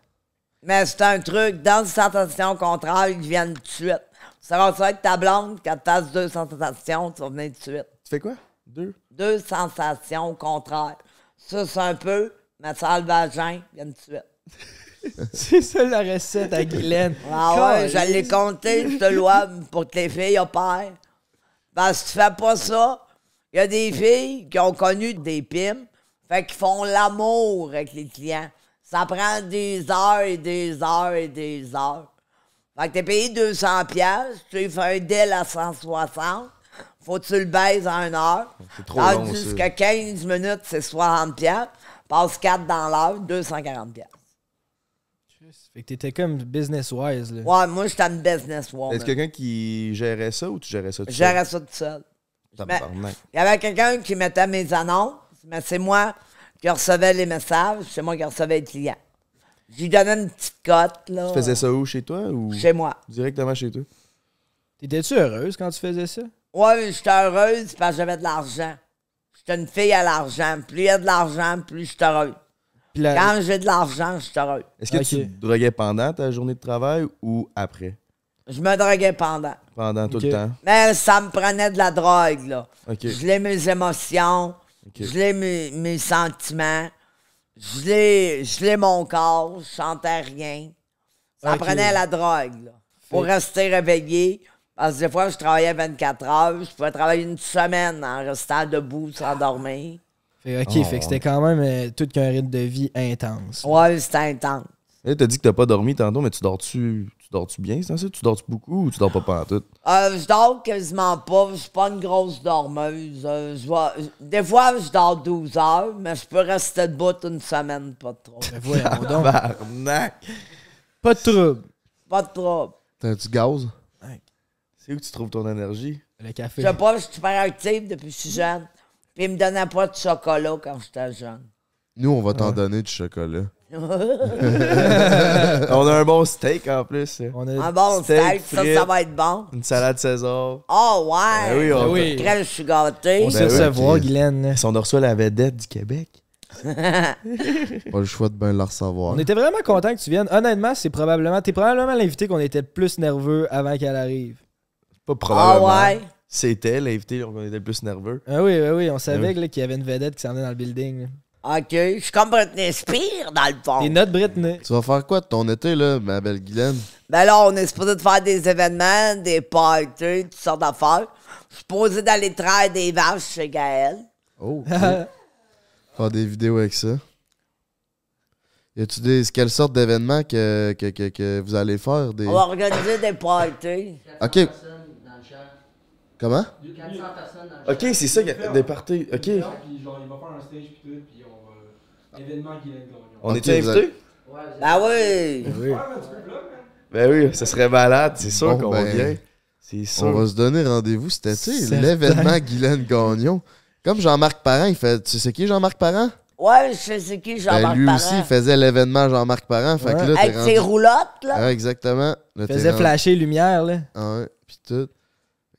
S1: Mais c'est un truc, dans une sensation contraire, ils viennent tout de suite. Ça va ça que ta blonde, quand tu fasses deux sensations, tu vas venir tout de suite.
S4: Tu fais quoi? Deux?
S1: Deux sensations contraires. Ça, c'est un peu, mais ça, le vagin, ils viennent tout de suite.
S2: C'est ça la recette à Guylaine.
S1: Ah ouais,
S2: Caliste.
S1: j'allais compter cette loi pour que les filles opèrent. Parce que tu fais pas ça, il y a des filles qui ont connu des pimes, fait qu'ils font l'amour avec les clients. Ça prend des heures et des heures et des heures. Fait que t'es payé 200 pièces, tu lui fais un deal à 160, faut que tu le baises en une heure.
S4: Oh, C'est trop long,
S1: Tandis
S4: ça.
S1: que 15 minutes, c'est 60 pièces. Passe 4 dans l'heure, 240 pièces.
S2: Fait que t'étais comme business-wise, là.
S1: Ouais, moi, j'étais une business woman.
S4: Est-ce quelqu'un qui gérait ça ou tu gérais ça tout
S1: Je gérais ça tout seul.
S4: seul?
S1: Mais-
S4: Tabarnak.
S1: Il y avait quelqu'un qui mettait mes annonces, mais c'est moi qui recevais les messages, c'est moi qui recevais les clients. Je lui donnais une petite cote, là.
S4: Tu faisais ça où? Chez toi ou?
S1: Chez moi.
S4: Directement chez toi?
S2: T'étais-tu heureuse quand tu faisais ça?
S1: Ouais, j'étais heureuse parce que j'avais de l'argent. J'étais une fille à l'argent. Plus il y a de l'argent, plus je suis heureuse.
S2: Puis
S4: Euh.
S2: la-
S1: Quand j'ai de l'argent, je suis heureux.
S4: Est-ce que tu te droguais pendant ta journée de travail ou après?
S1: Je me droguais pendant.
S4: Pendant tout
S1: Ok.
S4: le temps?
S1: Mais ça me prenait de la drogue, là.
S4: Ok.
S1: Je l'ai mes émotions, je l'ai mes, mes sentiments, je l'ai je l'ai mon corps, je sentais rien. Ça me
S15: Ok.
S1: prenait la drogue, là. Pour
S15: Fait-
S1: rester réveillé, parce que des fois, je travaillais 24 heures, je pouvais travailler une semaine en restant debout sans dormir.
S2: Fait, ok,
S4: Oh,
S2: fait
S4: ouais.
S2: que c'était quand même euh, tout qu'un rythme de vie intense.
S1: Ouais, c'était intense.
S4: Là, Eh, t'as dit que t'as pas dormi tantôt, mais tu dors-tu tu dors-tu bien, c'est ça? Tu dors-tu beaucoup ou tu dors pas pantoute?
S1: Euh, je dors quasiment pas. Je suis pas une grosse dormeuse. Euh, je vois- je- des fois, je dors 12 heures, mais je peux rester debout une semaine, pas de trouble.
S4: Tabarnak!
S2: Pas de trouble.
S1: Pas de trouble.
S6: T'as-tu gaz?
S4: C'est où que tu trouves ton énergie?
S2: Le
S1: Je
S2: café.
S1: sais pas, je suis super active depuis que je suis jeune. Puis ils me donnaient pas de chocolat quand j'étais jeune.
S6: Nous, on va t'en donner du chocolat.
S4: On a un bon steak en plus. On
S2: Euh,
S1: Un Ah bon steak, ça, ça va être bon.
S4: Une salade César.
S1: Oh, ouais!
S4: Ben oui,
S2: Ah
S4: on- Ben oui.
S1: Crème, je suis gâté.
S4: Ben oui,
S2: recevoir,
S4: puis- Si on a reçu la vedette du Québec.
S6: Pas le choix de bien la recevoir.
S2: On était vraiment content que tu viennes. Honnêtement, c'est probablement. T'es probablement l'invité qu'on était le plus nerveux avant qu'elle arrive.
S4: Pas probablement.
S2: Ah ouais?
S4: C'était l'invité, donc on était plus nerveux.
S2: Ah oui, oui, oui. On
S4: Ah
S2: savait
S4: oui.
S2: que, là, qu'il y avait une vedette qui s'en venait dans le building. là.
S1: OK, je suis comme Britney Spears, dans le fond.
S2: T'es notre Britney.
S6: Tu vas faire quoi de ton été, là, ma belle Guylaine?
S1: Ben là, on est supposé de faire des événements, des parties, toutes sortes d'affaires. Je suis supposé d'aller traire des vaches chez Gaël.
S6: Oh! ok. faire des vidéos avec ça. Y a-tu des. Quelle sorte d'événements que, que, que, que vous allez faire? Des...
S1: On va organiser des parties.
S6: Ok. Comment?
S15: 400 personnes dans le
S4: Ok, c'est ça, des parties. Ok.
S16: Puis genre, il va faire un stage, puis tout, puis on va. Événement Guylaine Gagnon.
S4: On
S6: Ok,
S4: était
S6: vous
S4: invités?
S1: Ben oui!
S4: Ben oui, ça serait malade, c'est sûr qu'on
S6: Bon, ben,
S4: vient. C'est sûr.
S6: On va se donner rendez-vous cet été.
S4: Certain.
S6: L'événement Guylaine Gagnon. Comme Jean-Marc Parent, il fait. Tu sais qui Jean-Marc Parent?
S1: Ouais, je sais c'est qui, Jean-Marc
S6: Ben, lui
S1: Parent.
S6: aussi, il faisait l'événement Jean-Marc Parent. Fait que là,
S1: Ouais.
S6: t'es
S1: Avec
S6: rendu-
S1: ses roulottes, là.
S6: Ah, exactement. Là,
S2: Il
S6: t'es
S2: faisait
S6: rendu-
S2: flasher les lumières, là.
S6: Ah ouais, pis tout.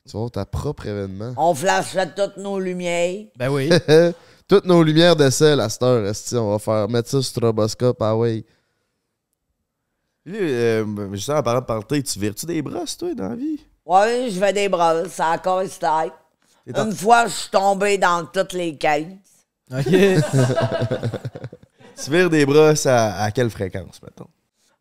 S6: Tu vas avoir ta propre événement.
S1: On flashait toutes nos lumières.
S2: Ben oui.
S6: Toutes nos lumières de sel à cette heure, esti, on va faire mettre ça sur stroboscope, ah ouais.
S4: Lui, euh, juste en parlant de party, tu vires-tu des brosses, toi, dans la vie?
S1: Ouais, je fais des brosses, ça a encore une tête.
S4: T'es en-
S1: Une fois, je suis tombé dans toutes les cailles.
S4: tu vires des brosses à, à quelle fréquence, mettons?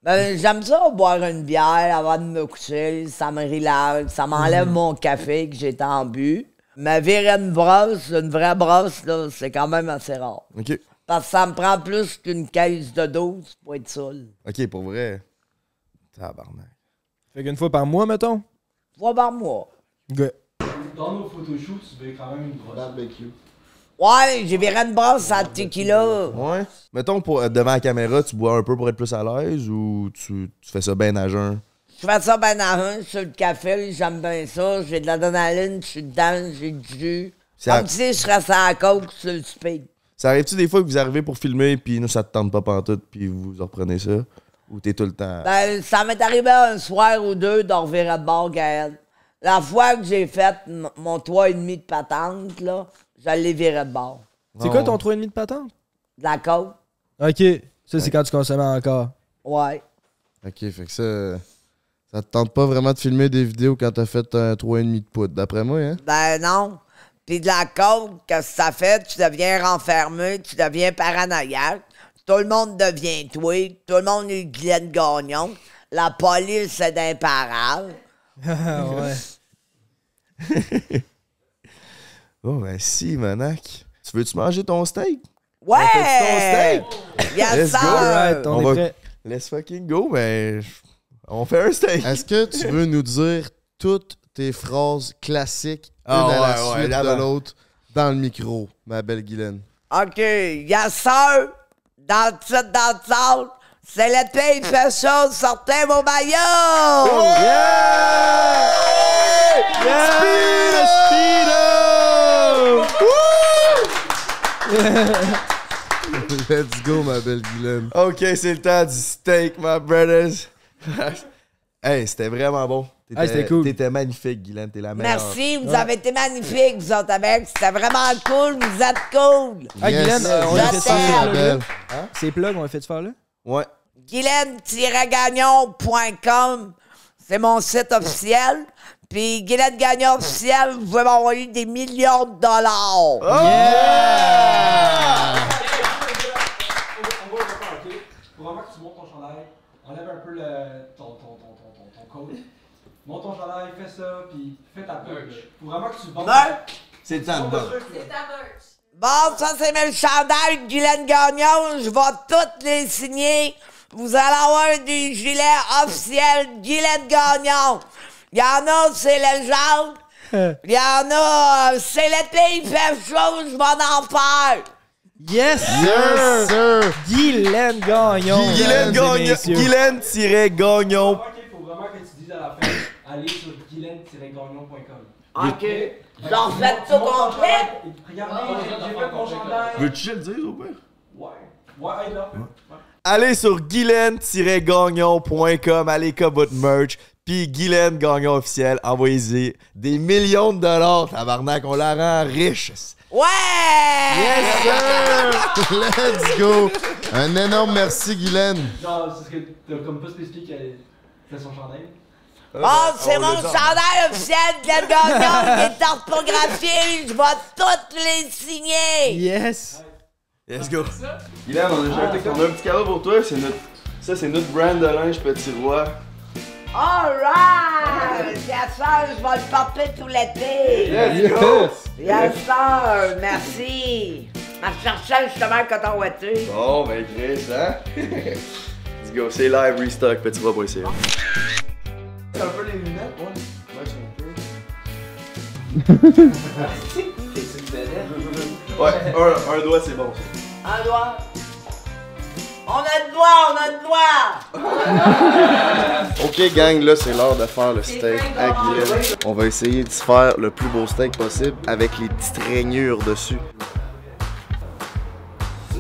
S1: Ben, j'aime ça, boire une bière avant de me coucher, ça me relaxe, ça m'enlève mon café que j'ai tant bu. Mais virer une brosse, une vraie brosse, là, c'est quand même assez rare.
S4: Ok.
S1: Parce que ça me prend plus qu'une caisse de 12 pour être saoul.
S4: Ok, pour vrai. Tabarnak.
S2: Fait qu'une fois par mois, mettons.
S1: Trois par mois.
S2: Ok.
S16: Dans nos photoshoots, tu veux quand même une grosse. Barbecue.
S1: Ouais, j'ai viré une brosse à tequila.
S4: Ouais. Mettons, pour, euh, devant la caméra, tu bois un peu pour être plus à l'aise ou tu, tu fais ça bien à jeun?
S1: Je fais ça ben à un, sur le café, j'aime bien ça. J'ai de l'adrénaline, je suis dedans, j'ai du jus.
S4: C'est
S1: Comme
S4: à-
S1: si je serais à la coke sur le speed.
S4: Ça arrive-tu des fois que vous arrivez pour filmer, puis nous, ça te tente pas pantoute, puis vous reprenez ça? Ou t'es tout le temps...
S1: Ben, ça m'est arrivé un soir ou deux d'en revirer de bord, Gaël. La fois que j'ai fait m- mon 3,5 de patente, là, je l'ai viré de bord.
S2: C'est quoi ton 3,5 de patente?
S1: De la coke?
S2: Ok. Ça, c'est quand tu consommais encore.
S1: Ouais.
S6: Ok, fait que ça. Ça te tente pas vraiment de filmer des vidéos quand t'as fait un 3,5 de poudre, d'après moi, hein?
S1: Ben non. Puis de la coke, qu'est-ce que ça fait? Tu deviens renfermé, tu deviens paranoïaque. Tout le monde devient tweet. Tout le monde est Guylaine Gagnon. La police est d'imparable.
S2: Ah, ouais.
S4: Oh, ben si, Manac. Tu veux-tu manger ton steak?
S1: Ouais! Yes,
S4: Let's
S1: sir!
S4: go!
S2: Alright, on est
S4: va-
S2: prêt.
S4: Let's fucking go, ben... je- On fait un steak!
S6: Est-ce que tu veux nous dire toutes tes phrases classiques,
S4: Ah
S6: une à
S4: ouais,
S6: la
S4: ouais,
S6: suite
S4: là-bas.
S6: de l'autre, dans le micro, ma belle Guylaine?
S1: OK, yes, sir! Dans le titre, dans le sable, c'est l'été, il fait chaud, sortez vos maillots!
S6: Let's go, ma belle Guylaine.
S4: OK, c'est le temps du steak, my brothers. hey, c'était vraiment bon. T'étais,
S2: Ah, c'était cool.
S4: T'étais magnifique, Guylaine. T'es la meilleure.
S1: Merci, vous
S4: Ouais.
S1: avez été magnifiques, vous autres, avec. C'était vraiment cool, vous êtes cool.
S2: Ah, Guylaine, euh, on
S1: Je
S2: a fait ça. Hein?
S1: t'aime.
S2: là. C'est plug, on a fait faire là?
S4: Ouais.
S1: Guylaine-Gagnon.com, c'est mon site officiel. Puis Guylaine Gagnon officiel, vous pouvez m'envoyer des millions de dollars.
S16: Pour avoir que tu montes ton chandail, enlève un peu le, ton, ton, ton, ton, ton, ton code. Monte ton chandail, fais ça, puis fais ta merch. Pour vraiment que tu vends.
S1: Merch?
S4: C'est
S16: le temps de vendre.
S1: Bon, ça, c'est mes chandails de Guylaine Gagnon. Je vais toutes les signer. Vous allez avoir des gilets officiels Guylaine Gagnon. Il y en a, c'est légende. Il y en a, euh, c'est l'été, il fait chaud, je vais en faire.
S2: Yes,
S4: Yes,
S2: sir! Guylaine Gagnon.
S4: Guylaine
S2: mesdames et
S4: Gagnon.
S2: messieurs.
S4: Guylaine-Gagnon.
S16: Il faut vraiment que tu dises à la fin, allez sur guylaine-gagnon.com.
S1: Ok.
S16: J'en
S1: refais tout complet.
S16: Regardez, j'ai- j'ai fait mon chandail.
S4: Veux-tu le dire ou pas?
S16: Ouais. Ouais, là.
S4: Allez sur guylaine-gagnon.com, allez comme votre merch. Puis Guylaine Gagnon officiel, envoyez-y des millions de dollars. Tabarnak, on la rend riche.
S1: Ouais!
S4: Yes,
S6: sir! Let's go! Un énorme merci, Guylaine.
S16: Non, c'est ce que t'as comme pas spécifié qu'elle fait son chandail.
S4: Ah,
S1: Bon,
S4: ben,
S1: Oh, c'est mon chandail officiel Guylaine Gagnon qui est orthographié. Je vais toutes les signer.
S2: Yes!
S4: Let's go.
S17: Guylaine, on a, déjà un petit- on a un petit cadeau pour toi. C'est notre, ça, c'est notre brand de linge Petit Roi.
S1: All right! Yes, sir, je vais le porter tout l'été.
S17: Let's go!
S1: Yes, sir, merci. Je cherchais justement le coton ouaté.
S17: Bon, ben Chris, hein? Let's go, c'est live restock,
S8: Ah,
S17: petitroi.ca.
S4: C'est un peu les lunettes, moi. Ouais,
S17: un, un doigt, c'est bon.
S1: Un doigt. On a de doigt, on a de doigt!
S8: Ok gang, là c'est l'heure de faire le steak à Guylaine. On va essayer de se faire le plus beau steak possible avec les petites rainures dessus.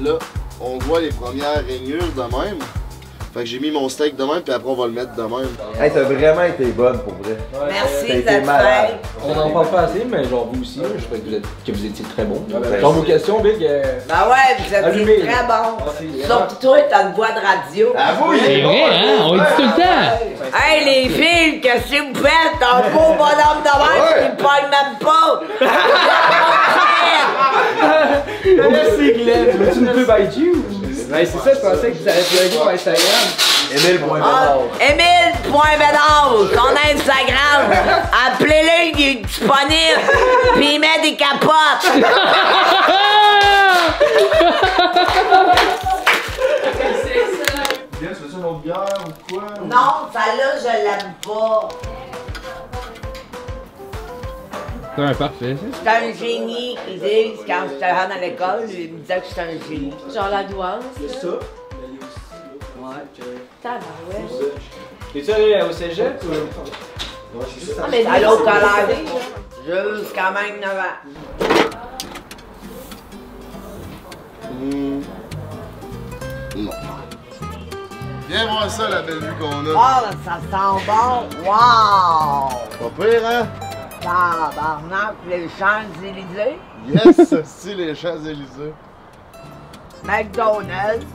S8: Là, on voit les premières rainures de même. Fait que j'ai mis mon steak de même, puis après on va le mettre de même.
S4: Hey, t'as vraiment été bonne pour vrai.
S1: Merci,
S4: T'as été
S1: Zachary.
S4: malade.
S16: On n'en parle pas assez, mais genre vous aussi, je trouvais que vous, êtes, que vous étiez très bon. genre vos
S4: merci.
S16: questions, Big. euh,
S1: Ben ouais, vous
S16: Allumé,
S1: êtes
S16: là.
S1: très bon.
S16: c'est
S1: Surtout toi, t'as une voix de radio.
S16: Ah, vous, il est C'est bon, vrai, hein? hein? On le dit tout le temps.
S1: Hey, les filles, qu'est-ce que vous faites? Un beau bonhomme de verre,
S16: Ouais.
S1: qui me parle même pas.
S16: Merci Glenn, veux-tu une pub IG ou? Ben c'est ça, je pensais que vous allez plugger mon Instagram.
S4: Emile
S1: Ah, Émile.Bédard, son Instagram. Appelez-le, il est disponible. Puis il met des capotes.
S4: Guylaine, tu veux-tu une autre bière ou quoi?
S1: non, celle-là, je l'aime pas.
S18: C'est un parfait.
S1: J'étais un génie. Ils disent, quand j'étais jeune à l'école, ils me disaient que j'étais un génie.
S19: Genre la douance. C'est ça.
S16: Ouais.
S19: Tabarouette.
S16: T'es-tu allé au cégep ou?
S1: Ah, mais à l'autre collège. Jusqu'à même 9 ans.
S8: Hmm. Non. Viens voir ça, la belle vue qu'on a.
S1: Oh, ça sent bon. Wow!
S8: Pas pire, hein?
S1: Tabarnak, les Champs-Élysées.
S8: Yes, c'est les Champs-Élysées.
S1: McDonald's.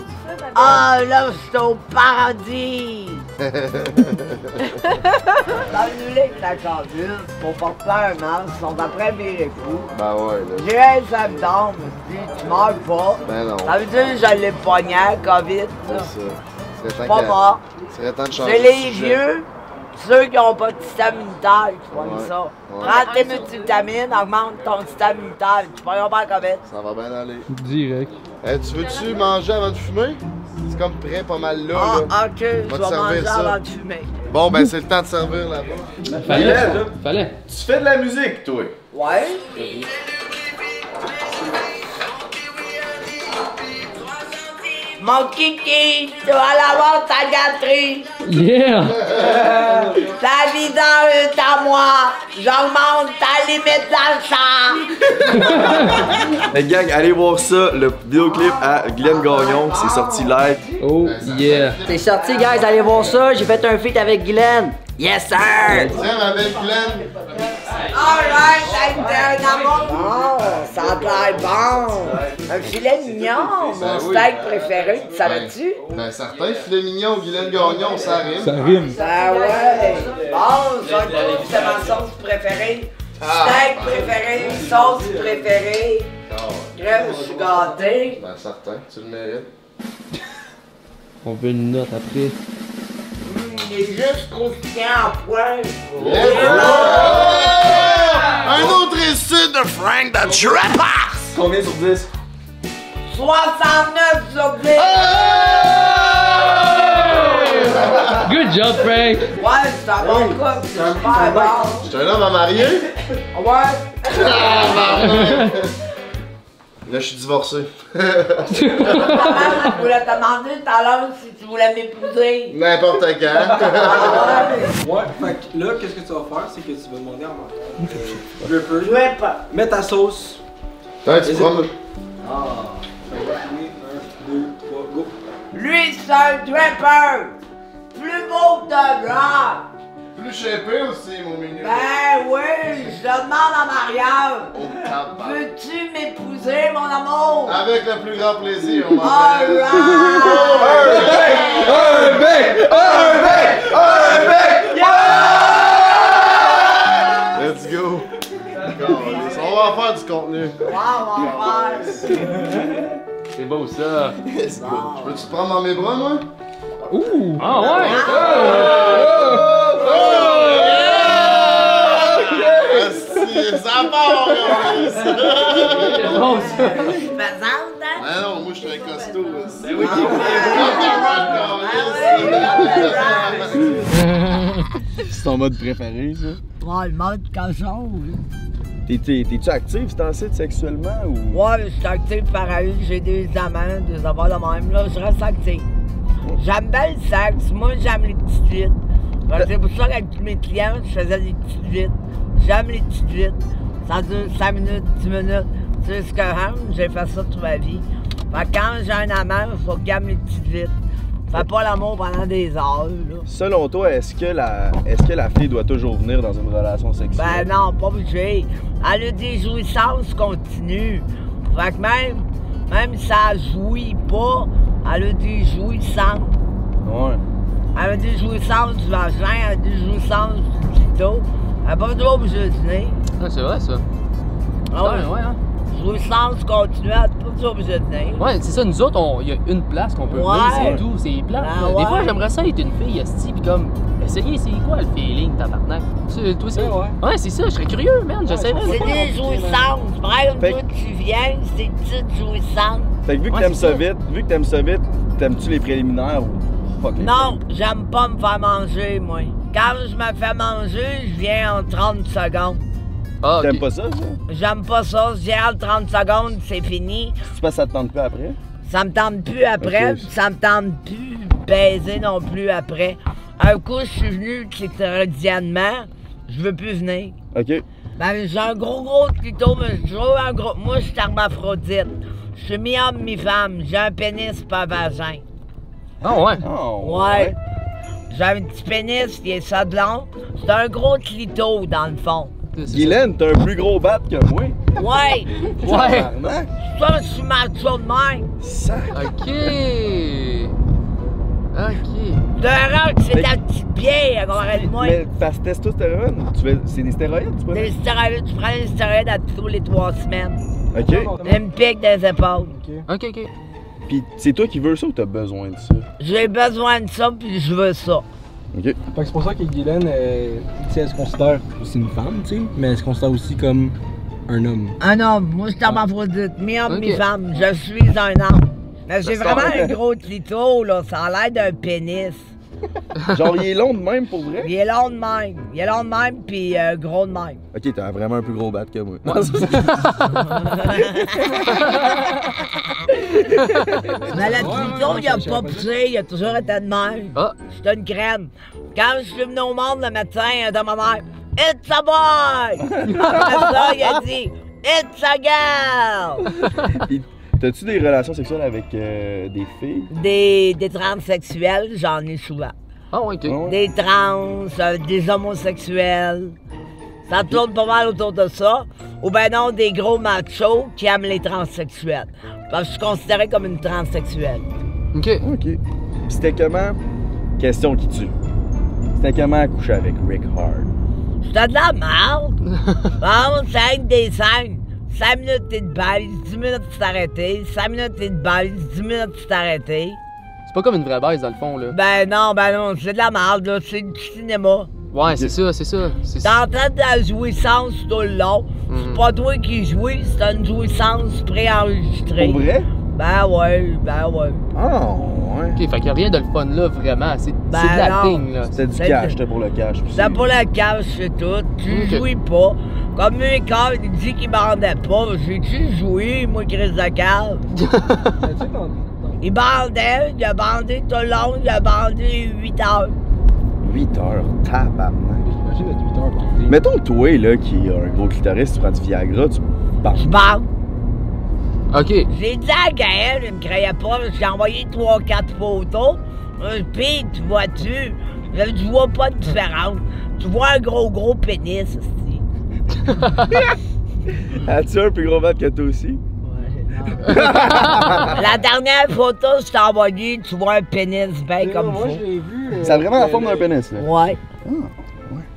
S1: Ah, là, je suis au paradis. Annulé que la conduite, pour porter un masque, ils sont après mes coups.
S8: Ben ouais, là.
S1: J'ai un symptôme, je me suis dit, tu meurs pas.
S8: Ben non.
S1: Ça veut dire que je l'ai pogné, la COVID. ça.
S8: C'est
S1: Pas mort.
S8: serait temps de changer.
S1: C'est
S8: de
S1: les
S8: sujet.
S1: vieux, ceux qui n'ont pas de système immunitaire qui prennent
S8: Ouais,
S1: ça.
S8: ouais.
S1: Prends tes multivitamines, augmente ton système immunitaire, tu prends pas la COVID.
S8: Ça va bien aller.
S18: Direct.
S8: Eh, tu veux-tu manger avant de fumer? C'est comme prêt pas mal là.
S1: Ah,
S8: là.
S1: ok, je
S8: Va te
S1: vais manger
S8: servir ça.
S1: avant de fumer.
S8: Bon, ben c'est le temps de servir là-bas.
S18: Ben, Fallait,
S8: Guylaine,
S18: ça. Fallait.
S8: tu fais de la musique, toi.
S1: Ouais? Mon kiki, tu vas l'avoir ta gâterie.
S18: Yeah!
S1: Ta vie dans est à moi. J'augmente ta limite d'achat.
S17: Fait que gang, allez voir ça, le vidéoclip à Glenn Gagnon, c'est sorti live.
S18: Oh yeah!
S15: C'est sorti, guys, allez voir ça. J'ai fait un feat avec Guylaine. Yes, sir!
S8: Tiens, ma belle Guylaine.
S1: Alright, I'm down, I'm Oh, ça a l'air bon! Un filet mignon,
S8: Ben
S1: mon
S8: oui.
S1: steak préféré, tu savais-tu?
S8: Ben, certain, filet mignon, Guylaine Gagnon, ça rime.
S2: Ça rime.
S1: Ah ouais! Oh, ça c'est ma sauce préférée.
S8: Ah.
S1: Steak préféré, sauce préférée. Crème, je suis gâtée.
S8: Ben, certain, tu le mérites.
S16: On veut une note après.
S1: Hum, Il est juste trop croustillant en poil.
S8: Let's go! Un autre essai de Frank the Trapper!
S16: Combien sur 10?
S1: 69 sur 10!
S18: Good job, Frank!
S1: Ouais, c'est un bon couple, c'est
S8: un
S1: super bon.
S8: J'étais un homme à marier?
S1: Ouais.
S8: Là, je suis divorcé.
S1: Je voulais te demander tout à l'heure si tu voulais m'épouser.
S8: N'importe quand.
S16: Ouais, fait que là, qu'est-ce que tu vas faire? C'est que tu vas demander à moi. Dripper.
S1: pas.
S16: Mets ta sauce.
S8: Putain, tu
S16: Vas-y.
S8: prends-
S16: Ah. Fait que, un, deux, trois, go.
S1: Lui, c'est un trapper. Plus beau que de blanc.
S8: Plus chépé aussi, mon menu.
S1: Ben oui, je te demande en mariage.
S8: Oh, tabarnak.
S1: Veux-tu m'épouser, mon amour?
S8: Avec le plus grand plaisir, on
S1: All
S8: Un bec! Un bec! Un bec! Let's go! On va en faire du contenu.
S3: C'est beau ça.
S8: Let's go. Je peux-tu te prendre dans mes bras, moi?
S3: Ouh! Ah ouais!
S8: Merci, ça part, Maurice.
S1: Je présente, hein?
S8: Ben non, moi je suis un costaud. Ah aussi.
S4: Ben
S8: Ah
S4: C'est ton mode préféré, ça.
S1: Ouais, le mode cochon. oui.
S4: T'es- t'es- T'es-tu active, c'est en site sexuellement ou.
S1: Ouais, mais je suis active pareil, j'ai des amants, des affaires de même, là, je reste active. J'aime bien le sexe, moi j'aime les petites vites.
S4: Ben-
S1: Fait que C'est pour ça qu'avec mes clients, je faisais des petites vites. J'aime les petites vites. Ça dure 5 minutes, 10 minutes. Tu sais ce que j'aime, j'ai fait ça toute ma vie. Fait que quand j'ai un amant, il faut que j'aime les petites vites. Fais pas l'amour pendant des heures, là.
S4: Selon toi, est-ce que, la... est que la fille doit toujours venir dans une relation
S1: Ben
S4: sexuelle?
S1: non, pas obligé. Elle a des jouissances continues. Fait que même, même si elle jouit pas, elle a des jouissances.
S4: Ouais.
S1: Elle a des jouissances du vagin, elle a des jouissances du clito. Elle n'a pas droit obligée de venir.
S3: Ah, c'est vrai ça.
S1: Ah
S3: Putain, ouais, hein?
S1: Jouissance continue, elle n'est pas toujours obligée de venir.
S3: Ouais, c'est ça, nous autres, on- il y a une place qu'on peut
S1: Ouais.
S3: venir, c'est tout, c'est plat.
S1: Ah
S3: Des
S1: ouais.
S3: fois, j'aimerais ça être une fille, esti, pis comme, essayer, c'est quoi le feeling, tabarnak? Tu- Toi aussi? Ouais, c'est ça, je serais curieux, man, j'essaierais.
S1: C'est des jouissances. Frère,
S4: Fait-
S1: toi tu viens, c'est des petites jouissances.
S4: Fait que vu que
S1: Ouais,
S4: t'aimes
S1: c'est
S4: ça vite, vu que t'aimes ça vite, t'aimes-tu les préliminaires ou. Fuck les-
S1: Non, j'aime pas me faire manger, moi. Quand je me fais manger, je viens en 30 secondes. Ah,
S4: T'aimes pas ça, ça?
S1: J'aime pas ça, je viens en 30 secondes, c'est fini.
S4: Tu penses que ça te tente plus après?
S1: Ça me tente plus après,
S4: Ok.
S1: puis ça me tente plus baiser non plus après. Un coup, je suis venu clitoridianement, je veux plus venir.
S4: Ok.
S1: Ben, j'ai un gros gros clito, mais j'ai toujours un gros... Moi, je suis hermaphrodite. Je suis mi-homme, mi-femme. J'ai un pénis, pas un vagin.
S3: Ah ouais?
S4: Oh,
S1: Ouais. J'ai un petit pénis qui est ça de long. C'est un gros clito, dans le fond.
S4: Guylaine, t'as un plus gros bat que moi.
S1: Ouais!
S4: Tabarnak.
S1: Ça, je suis macho de même.
S3: Ok!
S1: De rock, c'est la petite bière, comprends-moi.
S4: Mais parce que testostérone, tu veux- c'est des stéroïdes, tu peux
S1: Des stéroïdes, tu prends des stéroïdes à tous les trois semaines.
S4: Ok.
S1: Une pique des épaules.
S3: Ok, ok.
S4: Puis c'est toi qui veux ça ou t'as besoin de ça?
S1: J'ai besoin de ça, puis je veux ça.
S4: Ok. Fait
S16: que c'est pour ça que Guylaine, euh, tu sais, elle se considère aussi une femme, tu sais, mais elle se considère aussi comme un homme.
S1: Un homme, Ah moi je suis hermaphrodite, mi-homme,
S16: Ok.
S1: mi-femme, je suis un homme. Mais j'ai
S16: Ça
S1: vraiment
S16: sent-
S1: un gros clito, là, ça a l'air d'un pénis.
S4: Genre, il est long de même pour vrai?
S1: Il est long de même, il est long de même, puis euh, gros de même.
S4: Ok, t'as vraiment un plus gros bat que moi.
S1: Mais le clito, il a pas poussé, il a toujours été de même.
S4: Ah.
S1: J'étais une graine. Quand je suis venu au monde le médecin euh, de ma mère, It's a boy! Après ça, il a dit, It's a girl!
S4: T'as-tu des relations sexuelles avec euh, des filles?
S1: Des, des transsexuels, j'en ai souvent.
S3: Ah ouais, ok.
S1: Des trans, euh, des homosexuels. Ça tourne pas mal autour de ça. Ou ben non, des gros machos qui aiment les transsexuels. Parce que je suis considérée comme une transsexuelle.
S3: OK.
S4: OK. Puis c'était comment? Question qui tue. C'était comment coucher avec Rick Hard?
S1: J'étais de la merde. bon, scène des scènes. 5 minutes, t'es de balise, 10 minutes, c'est arrêté. 5 minutes, t'es de balise, 10 minutes, c'est arrêté.
S3: C'est pas comme une vraie baisse, dans le fond, là.
S1: Ben non, ben non, c'est de la merde, là. C'est du cinéma.
S3: Ouais, c'est ça, c'est ça. C'est Mhm.
S1: T'es en train de la jouissance tout le long. C'est pas toi qui jouis, c'est une jouissance préenregistrée.
S3: Pour vrai?
S1: Ben ouais, ben ouais.
S4: Ah, ouais.
S3: OK, fait qu'il y a rien de le fun, là, vraiment. C'est
S1: Ben
S3: c'est de
S1: non.
S3: l'acting, là.
S4: C'était du
S1: C'est-
S4: cash, c'était pour le cash. puis
S1: Ça pour la cave, c'est tout. Tu
S3: Ok.
S1: jouis pas. Comme mes corps, il dit qu'il bandait pas. J'ai-tu joué, moi, Chris de cave? il bandait, il a bandé tout le long, il a bandé 8 heures.
S4: 8 heures, tabarnak. J'imagine d'être 8 heures par Mettons que toi, là, qui a un gros clitoris, tu prends du Viagra, tu bam. Je
S1: bam.
S3: OK.
S1: J'ai dit à Gaël, il me croyait pas, j'ai envoyé 3-4 photos. Euh, Pis, tu vois-tu, euh, tu vois pas de différence. Tu vois un gros, gros pénis, esti.
S4: As-tu un plus gros ventre que toi aussi?
S1: La dernière photo que je t'ai envoyée, tu vois un pénis
S3: Euh,
S1: ben comme moi,
S16: vu.
S4: Ça a vraiment la forme d'un pénis, là.
S1: Ouais.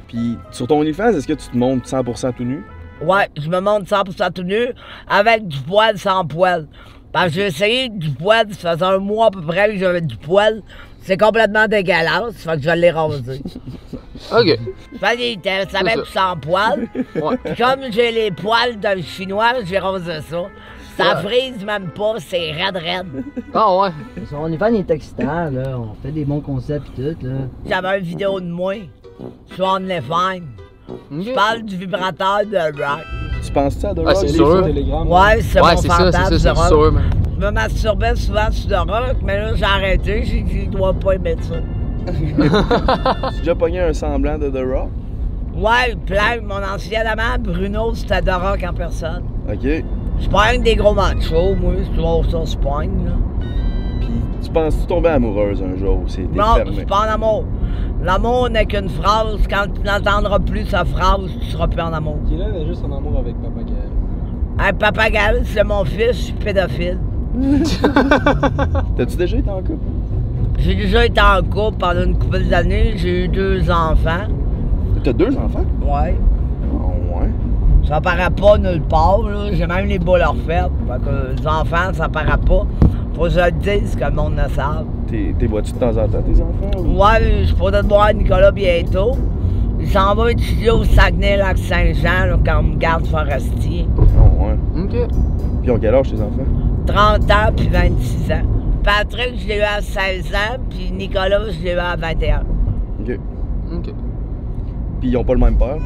S4: Puis sur ton OnlyFans, est-ce que tu te montes 100% tout nu?
S1: Ouais, je me montre 100% tout nu avec du poil sans poil. Parce que j'ai essayé du poil, ça faisait un mois à peu près que j'avais du poil. C'est complètement dégueulasse, fait que je l'ai rasé.
S3: OK.
S1: Je fais des tests, ça
S3: C'est
S1: met
S3: ça.
S1: du sans poil. Puis comme j'ai les poils d'un chinois, j'ai rasé ça. Ça
S7: Ouais.
S1: frise même pas, c'est raide raide.
S3: Ah ouais.
S7: On est fan est excitant, là. On fait des bons concepts et tout, là.
S1: J'avais une vidéo de moi sur OnlyFans. Je parle du vibrateur de rock.
S4: Tu penses-tu à
S1: Ah, c'est sûr. Ouais, c'est
S3: ouais,
S1: mon
S3: c'est ça,
S1: fantasme,
S3: c'est
S1: c'est
S3: ça, c'est
S1: rock.
S3: sûr, man.
S1: Je me masturbais souvent sur le rock, mais là, j'ai arrêté. J'ai dit, je dois pas aimer ça.
S4: Tu as déjà pogné un semblant de The Rock?
S1: Ouais, plein. Mon ancien amant, Bruno, c'était de rock en personne.
S4: OK.
S1: Je pogne des gros machos, moi. C'est toujours ça, je pogne, là.
S4: Tu penses-tu tomber amoureuse un jour ou c'est t'es
S1: Non,
S4: fermé?
S1: c'est pas en amour. L'amour n'est qu'une phrase. Quand tu n'entendras plus sa phrase, tu seras plus en amour.
S16: Dylan est juste en amour avec Papa Gaël.
S1: Hey, papa Gaël, c'est mon fils, je suis pédophile.
S4: T'as-tu déjà été en couple?
S1: J'ai déjà été en couple pendant une couple d'années. J'ai eu deux enfants.
S4: T'as deux enfants?
S1: Ouais.
S4: Oh, ouais.
S1: Ça paraît pas nulle part, là. J'ai même les boules refaites. Fait que les enfants, ça paraît pas. Faut que je le dise que le monde ne savent.
S4: T'es t'es vois-tu de temps en temps tes enfants?
S1: Ouais, je pourrais te voir Nicolas bientôt. Il s'en va étudier au Saguenay-Lac-Saint-Jean, là, comme garde forestier.
S4: Non, Ah, ouais.
S3: OK.
S4: Puis ils ont quel âge tes enfants?
S1: 30 ans puis 26 ans. Patrick, je l'ai eu à 16 ans, puis Nicolas, je l'ai eu à 21.
S4: OK.
S3: OK.
S4: Puis ils ont pas le même père?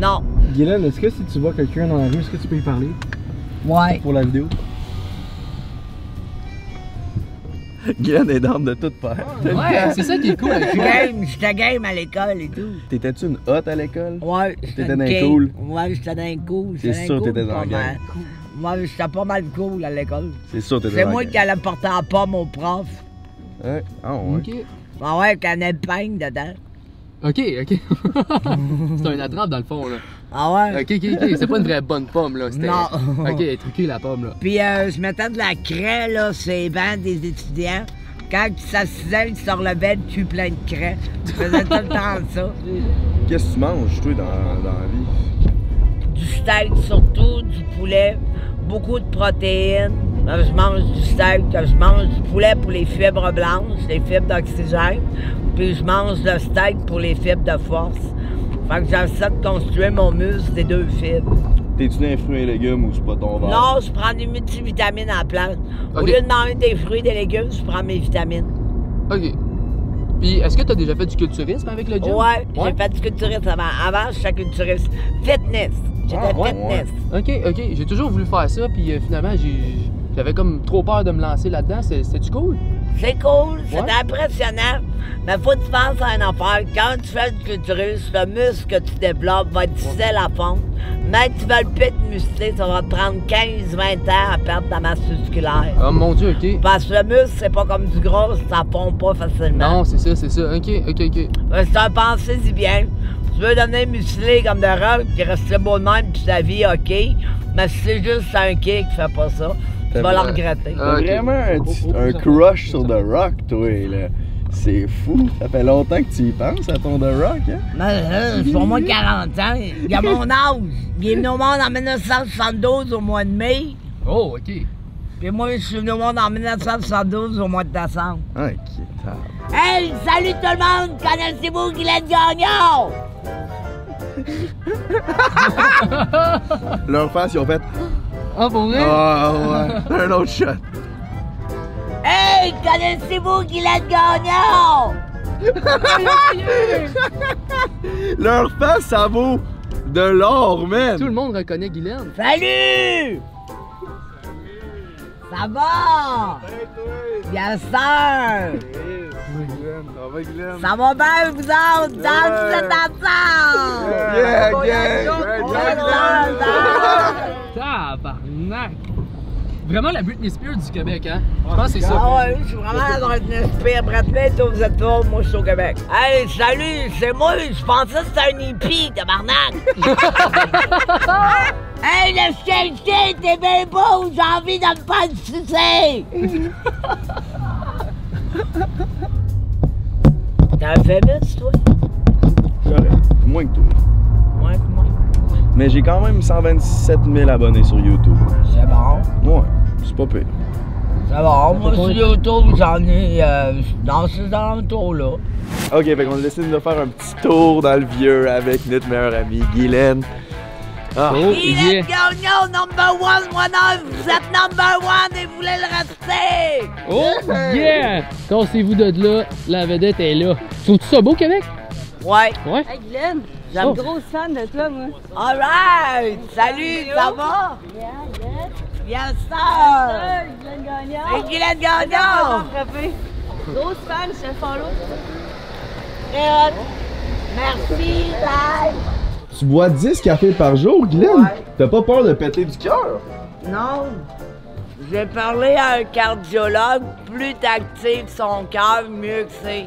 S1: Non.
S16: Dylan, est-ce que si tu vois quelqu'un dans la rue, est-ce que tu peux y parler?
S1: Ouais.
S16: Pour la vidéo?
S4: Guylaine est d'armes de toute père.
S1: Ouais,
S3: c'est ça qui est cool
S1: Je
S3: avec toi.
S1: game, j'étais game à l'école et tout.
S4: T'étais-tu une hotte à l'école?
S1: Ouais, j'étais
S4: T'étais d'un
S1: game.
S4: cool.
S1: Ouais, j'étais d'un cool.
S4: C'est
S1: j'étais
S4: sûr
S1: d'un
S4: que
S1: cool,
S4: t'étais dans
S1: pas
S4: la gang.
S1: mal. Moi, j'étais pas mal cool à l'école.
S4: C'est sûr, t'étais
S1: C'est
S4: dans la
S1: moi
S4: gang.
S1: qui allais porter en pomme au prof.
S4: Ouais. Ah, ouais.
S1: Ah ouais, avec un épingle dedans.
S3: OK, OK. c'est un attrape, dans le fond, là.
S1: Ah ouais?
S3: OK, OK, OK. C'est pas une vraie bonne pomme, là. C'était-
S1: Non.
S3: OK, elle est truquée, la pomme, là.
S1: Puis euh, je mettais de la craie, là, sur les bancs des étudiants. Quand ils s'assisaient, ils se relevaient le cul plein de craie. Je faisais tout le temps ça.
S4: Qu'est-ce que tu manges, toi, dans, dans la vie?
S1: Du steak surtout, du poulet, beaucoup de protéines. Euh, Je mange du steak, euh, je mange du poulet pour les fibres blanches, les fibres d'oxygène. Puis je mange le steak pour les fibres de force. Fait que j'essaie de construire mon muscle des deux fibres.
S4: T'es-tu dans les fruits et légumes ou c'est pas ton verre?
S1: Non, je prends des multivitamines à la plante. Au
S3: Ok.
S1: lieu de manger des fruits et des légumes, je prends mes vitamines.
S3: OK. Puis, est-ce que t'as déjà fait du culturisme avec le gym?
S1: Ouais, j'ai fait du culturisme avant. Avant, j'étais culturiste. Fitness. J'étais
S3: Ah, ouais.
S1: fitness.
S3: OK, OK. J'ai toujours voulu faire ça, puis euh, finalement, j'ai- j'avais comme trop peur de me lancer là-dedans. C'est- C'était-tu cool?
S1: C'est cool, c'est impressionnant. Mais faut que tu penses à une affaire. Quand tu fais du culturisme, le muscle que tu développes va être difficile à fondre. Même si tu veux le plus te muscler, ça va te prendre 15-20 ans à perdre ta masse musculaire.
S3: Oh mon dieu, ok.
S1: Parce que le muscle, c'est pas comme du gros, ça fond pas facilement.
S3: Non, c'est ça, c'est ça. Ok, ok, ok.
S1: Fait que C'est un pensée-y bien. Tu veux devenir musclé comme de rock, puis rester beau de même toute ta vie, OK. Mais si c'est juste un kick, fais pas ça. Tu vas le regretter.
S3: Ah,
S20: T'as vraiment un, petit- un crush sur The Rock, toi, là. C'est fou. Ça fait longtemps que tu y penses à ton The Rock, hein?
S1: Ben, c'est pour moi 40 ans. Il a mon âge. Il est venu au monde en 1972 au mois de mai.
S3: Oh, OK.
S1: Puis moi, je suis venu au monde en 1972 au mois de décembre.
S20: Ah, qui est tard.
S1: Hey, salut tout le monde! Connaissez-vous Guylaine Gagnon?
S20: Leur face, ils ont fait.
S3: Ah, pour
S20: vrai? Ah, ouais. un autre shot.
S1: Hey, connaissez-vous Guylaine Gagnon?
S20: Leur face, ça vaut de l'or, man.
S3: Tout le monde reconnaît Guylaine.
S1: Salut! Ça va? Bien sûr! Ça va bien, vous autres? Dans vous êtes ensemble!
S20: Yeah, gang.
S18: Tabarnak! Vraiment la Britney Spears du Québec, hein? Je pense que c'est ça.
S1: Ah ouais, je suis vraiment dans une espèce Bradley, toi vous êtes là, moi je suis au Québec. Hey, salut, c'est moi, je pensais que c'était un hippie, tabarnak! hey, le chien t'es bien beau, j'ai envie de me faire sucer! T'es un féministe, toi?
S20: Correct. Moins que toi.
S1: Ouais, moi.
S20: Mais j'ai quand même 127 000 abonnés sur YouTube.
S1: C'est bon.
S20: Ouais, c'est pas pire.
S1: Ça va, moi sur YouTube, j'en ai euh, dans ces alentours-là.
S4: Ok, fait qu'on décide de faire un petit tour dans le vieux avec notre meilleure amie, Guylaine. Ah.
S18: Oh,
S1: Guylaine Gagnon, number one, moi non, vous êtes number one et vous voulez le rester!
S18: Oh yeah! Cassez-vous de là, la vedette est là. Trouves-tu ça beau, Québec?
S1: Ouais.
S18: Ouais?
S21: Hey Glenn, je suis
S18: Oh.
S21: une grosse fan de toi, moi.
S1: Alright! Salut, ça va? Bien sûr!
S21: Glenn Gagnon.
S1: C'est Guylaine Gagnon.
S21: Grosse fan, je te follow.
S1: Très hot. Merci, bye!
S20: Tu bois 10 cafés par jour, Glenn? T'as pas peur de péter du cœur?
S1: Non, j'ai parlé à un cardiologue. Plus t'actives son cœur, mieux que c'est.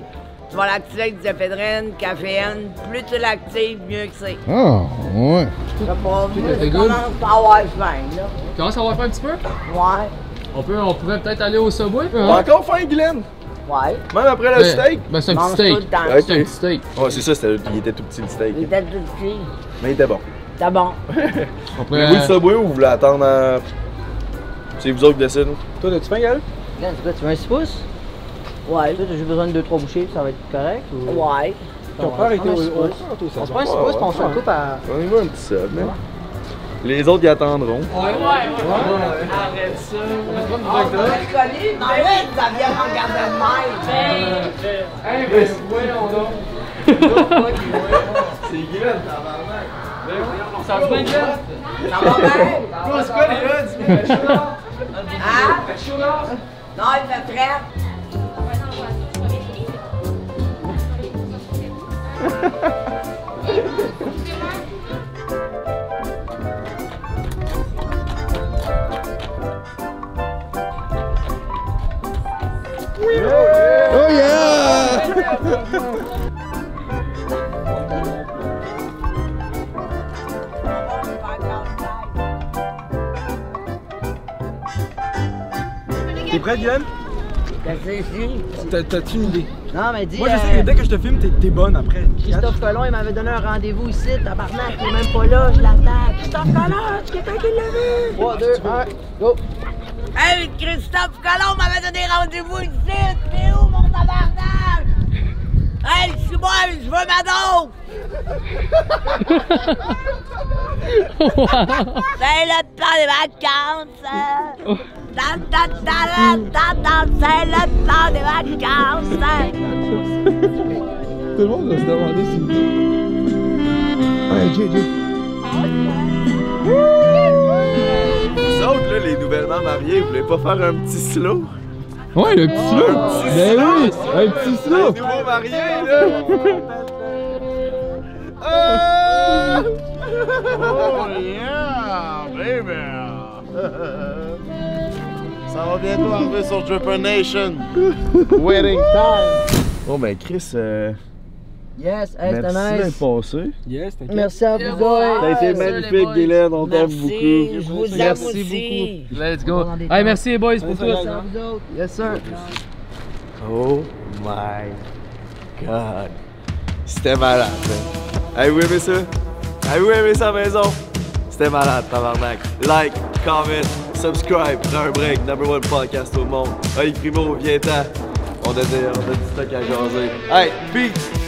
S1: Tu vas l'activer avec des éphédrines, caféine. Plus tu l'actives, mieux que c'est.
S20: Ah, ouais.
S1: Je sais pas,
S18: Tu
S1: moi,
S18: t'es
S1: je
S18: good?
S1: commence à avoir faim, là.
S18: Tu commences à avoir faim un petit peu?
S1: Ouais.
S18: On, peut, on pourrait peut-être aller au Subway?
S4: On a encore faim, Glenn?
S1: Ouais.
S4: Même après le
S18: Ben,
S4: steak?
S18: ben, c'est un petit Mange steak. tout le temps.
S4: Ok.
S18: C'est un petit steak.
S4: Ouais, c'est ça, c'était- il était tout petit le steak.
S1: Il était tout petit.
S4: Mais il était bon.
S1: T'as bon.
S4: On
S18: pourrait- euh,
S4: Vous le Subway ou vous voulez attendre à... C'est vous autres qui décidez.
S7: Toi, as-tu faim, Gal? tu veux un 6 pouces?
S1: Ouais.
S7: Toi, t'as juste besoin de 2-3 bouchées, ça va être correct? Ou...
S1: Ouais.
S7: Ton
S1: père était
S7: était
S1: au- au-
S7: On se prend un 6 pouces, puis on s'en coupe à.
S4: On y va un petit sub, man. Les autres, ils attendront.
S18: Ouais, ouais, ouais. Arrête ça.
S1: Ah, t'as reconnu? Non, ouais, ça vient me regarder de même.
S18: Hey, ben, voyons donc.
S4: C'est Guylaine, tabarnak. Ben,
S18: on s'en fout, Guylaine.
S1: Ça va bien?
S4: Quoi, c'est quoi, les gars? Tu
S1: fais chaud là? Hein? Non, il fait frais.
S20: Oh yeah!
S16: T'es prêt, Guylaine? T'as- T'as-tu une idée?
S7: Non, mais dis.
S16: Moi, je sais
S7: euh,
S16: que dès que je te filme, t'es- t'es bonne après.
S7: Christophe Colomb, il m'avait donné un rendez-vous ici, tabarnak, il est même pas là, je l'attaque. Christophe Colomb, tu quelqu'un qui l'a vu? 3, 2, 1, go!
S1: Hey, Christophe Colomb m'avait donné rendez-vous ici. T'es où, mon tabarnak? Hey, c'est moi, je veux ma dope. C'est le temps des vacances. hein. Ta, ta, ta, la, ta, ta, c'est le temps des hein. vacances.
S20: Tout le monde va se demander si. Ouais, JJ.
S4: Vous autres, là, les nouvellement mariés, vous voulez pas faire un petit slow?
S18: Ouais, le petit slow. Ben oui, un petit slow.
S4: Les nouveaux mariés, là! Ah!
S22: Oh yeah, baby!
S23: Ça va bientôt arriver sur Dripper Nation.
S22: Wedding time!
S4: Oh, ben Chris, euh,
S7: Yes, hey,
S4: merci
S7: c'était
S4: d'être
S7: nice.
S4: passé.
S1: Yes, t'inquiète.
S7: Merci à vous
S4: Ça
S7: boys.
S4: a été magnifique, Guylaine, on t'aime beaucoup.
S1: Merci beaucoup. Let's go. Hey, merci les boys pour tout.
S4: Yes, sir.
S8: Oh my god. C'était malade. hein. Avez-vous aimé ça? Avez-vous aimé ça à la maison? C'était malade, tabarnak. Like, comment, subscribe, un break, number one podcast au monde. Hey, primo, viens-t'en. On a, des- on a du stock à jaser. Hey, peace!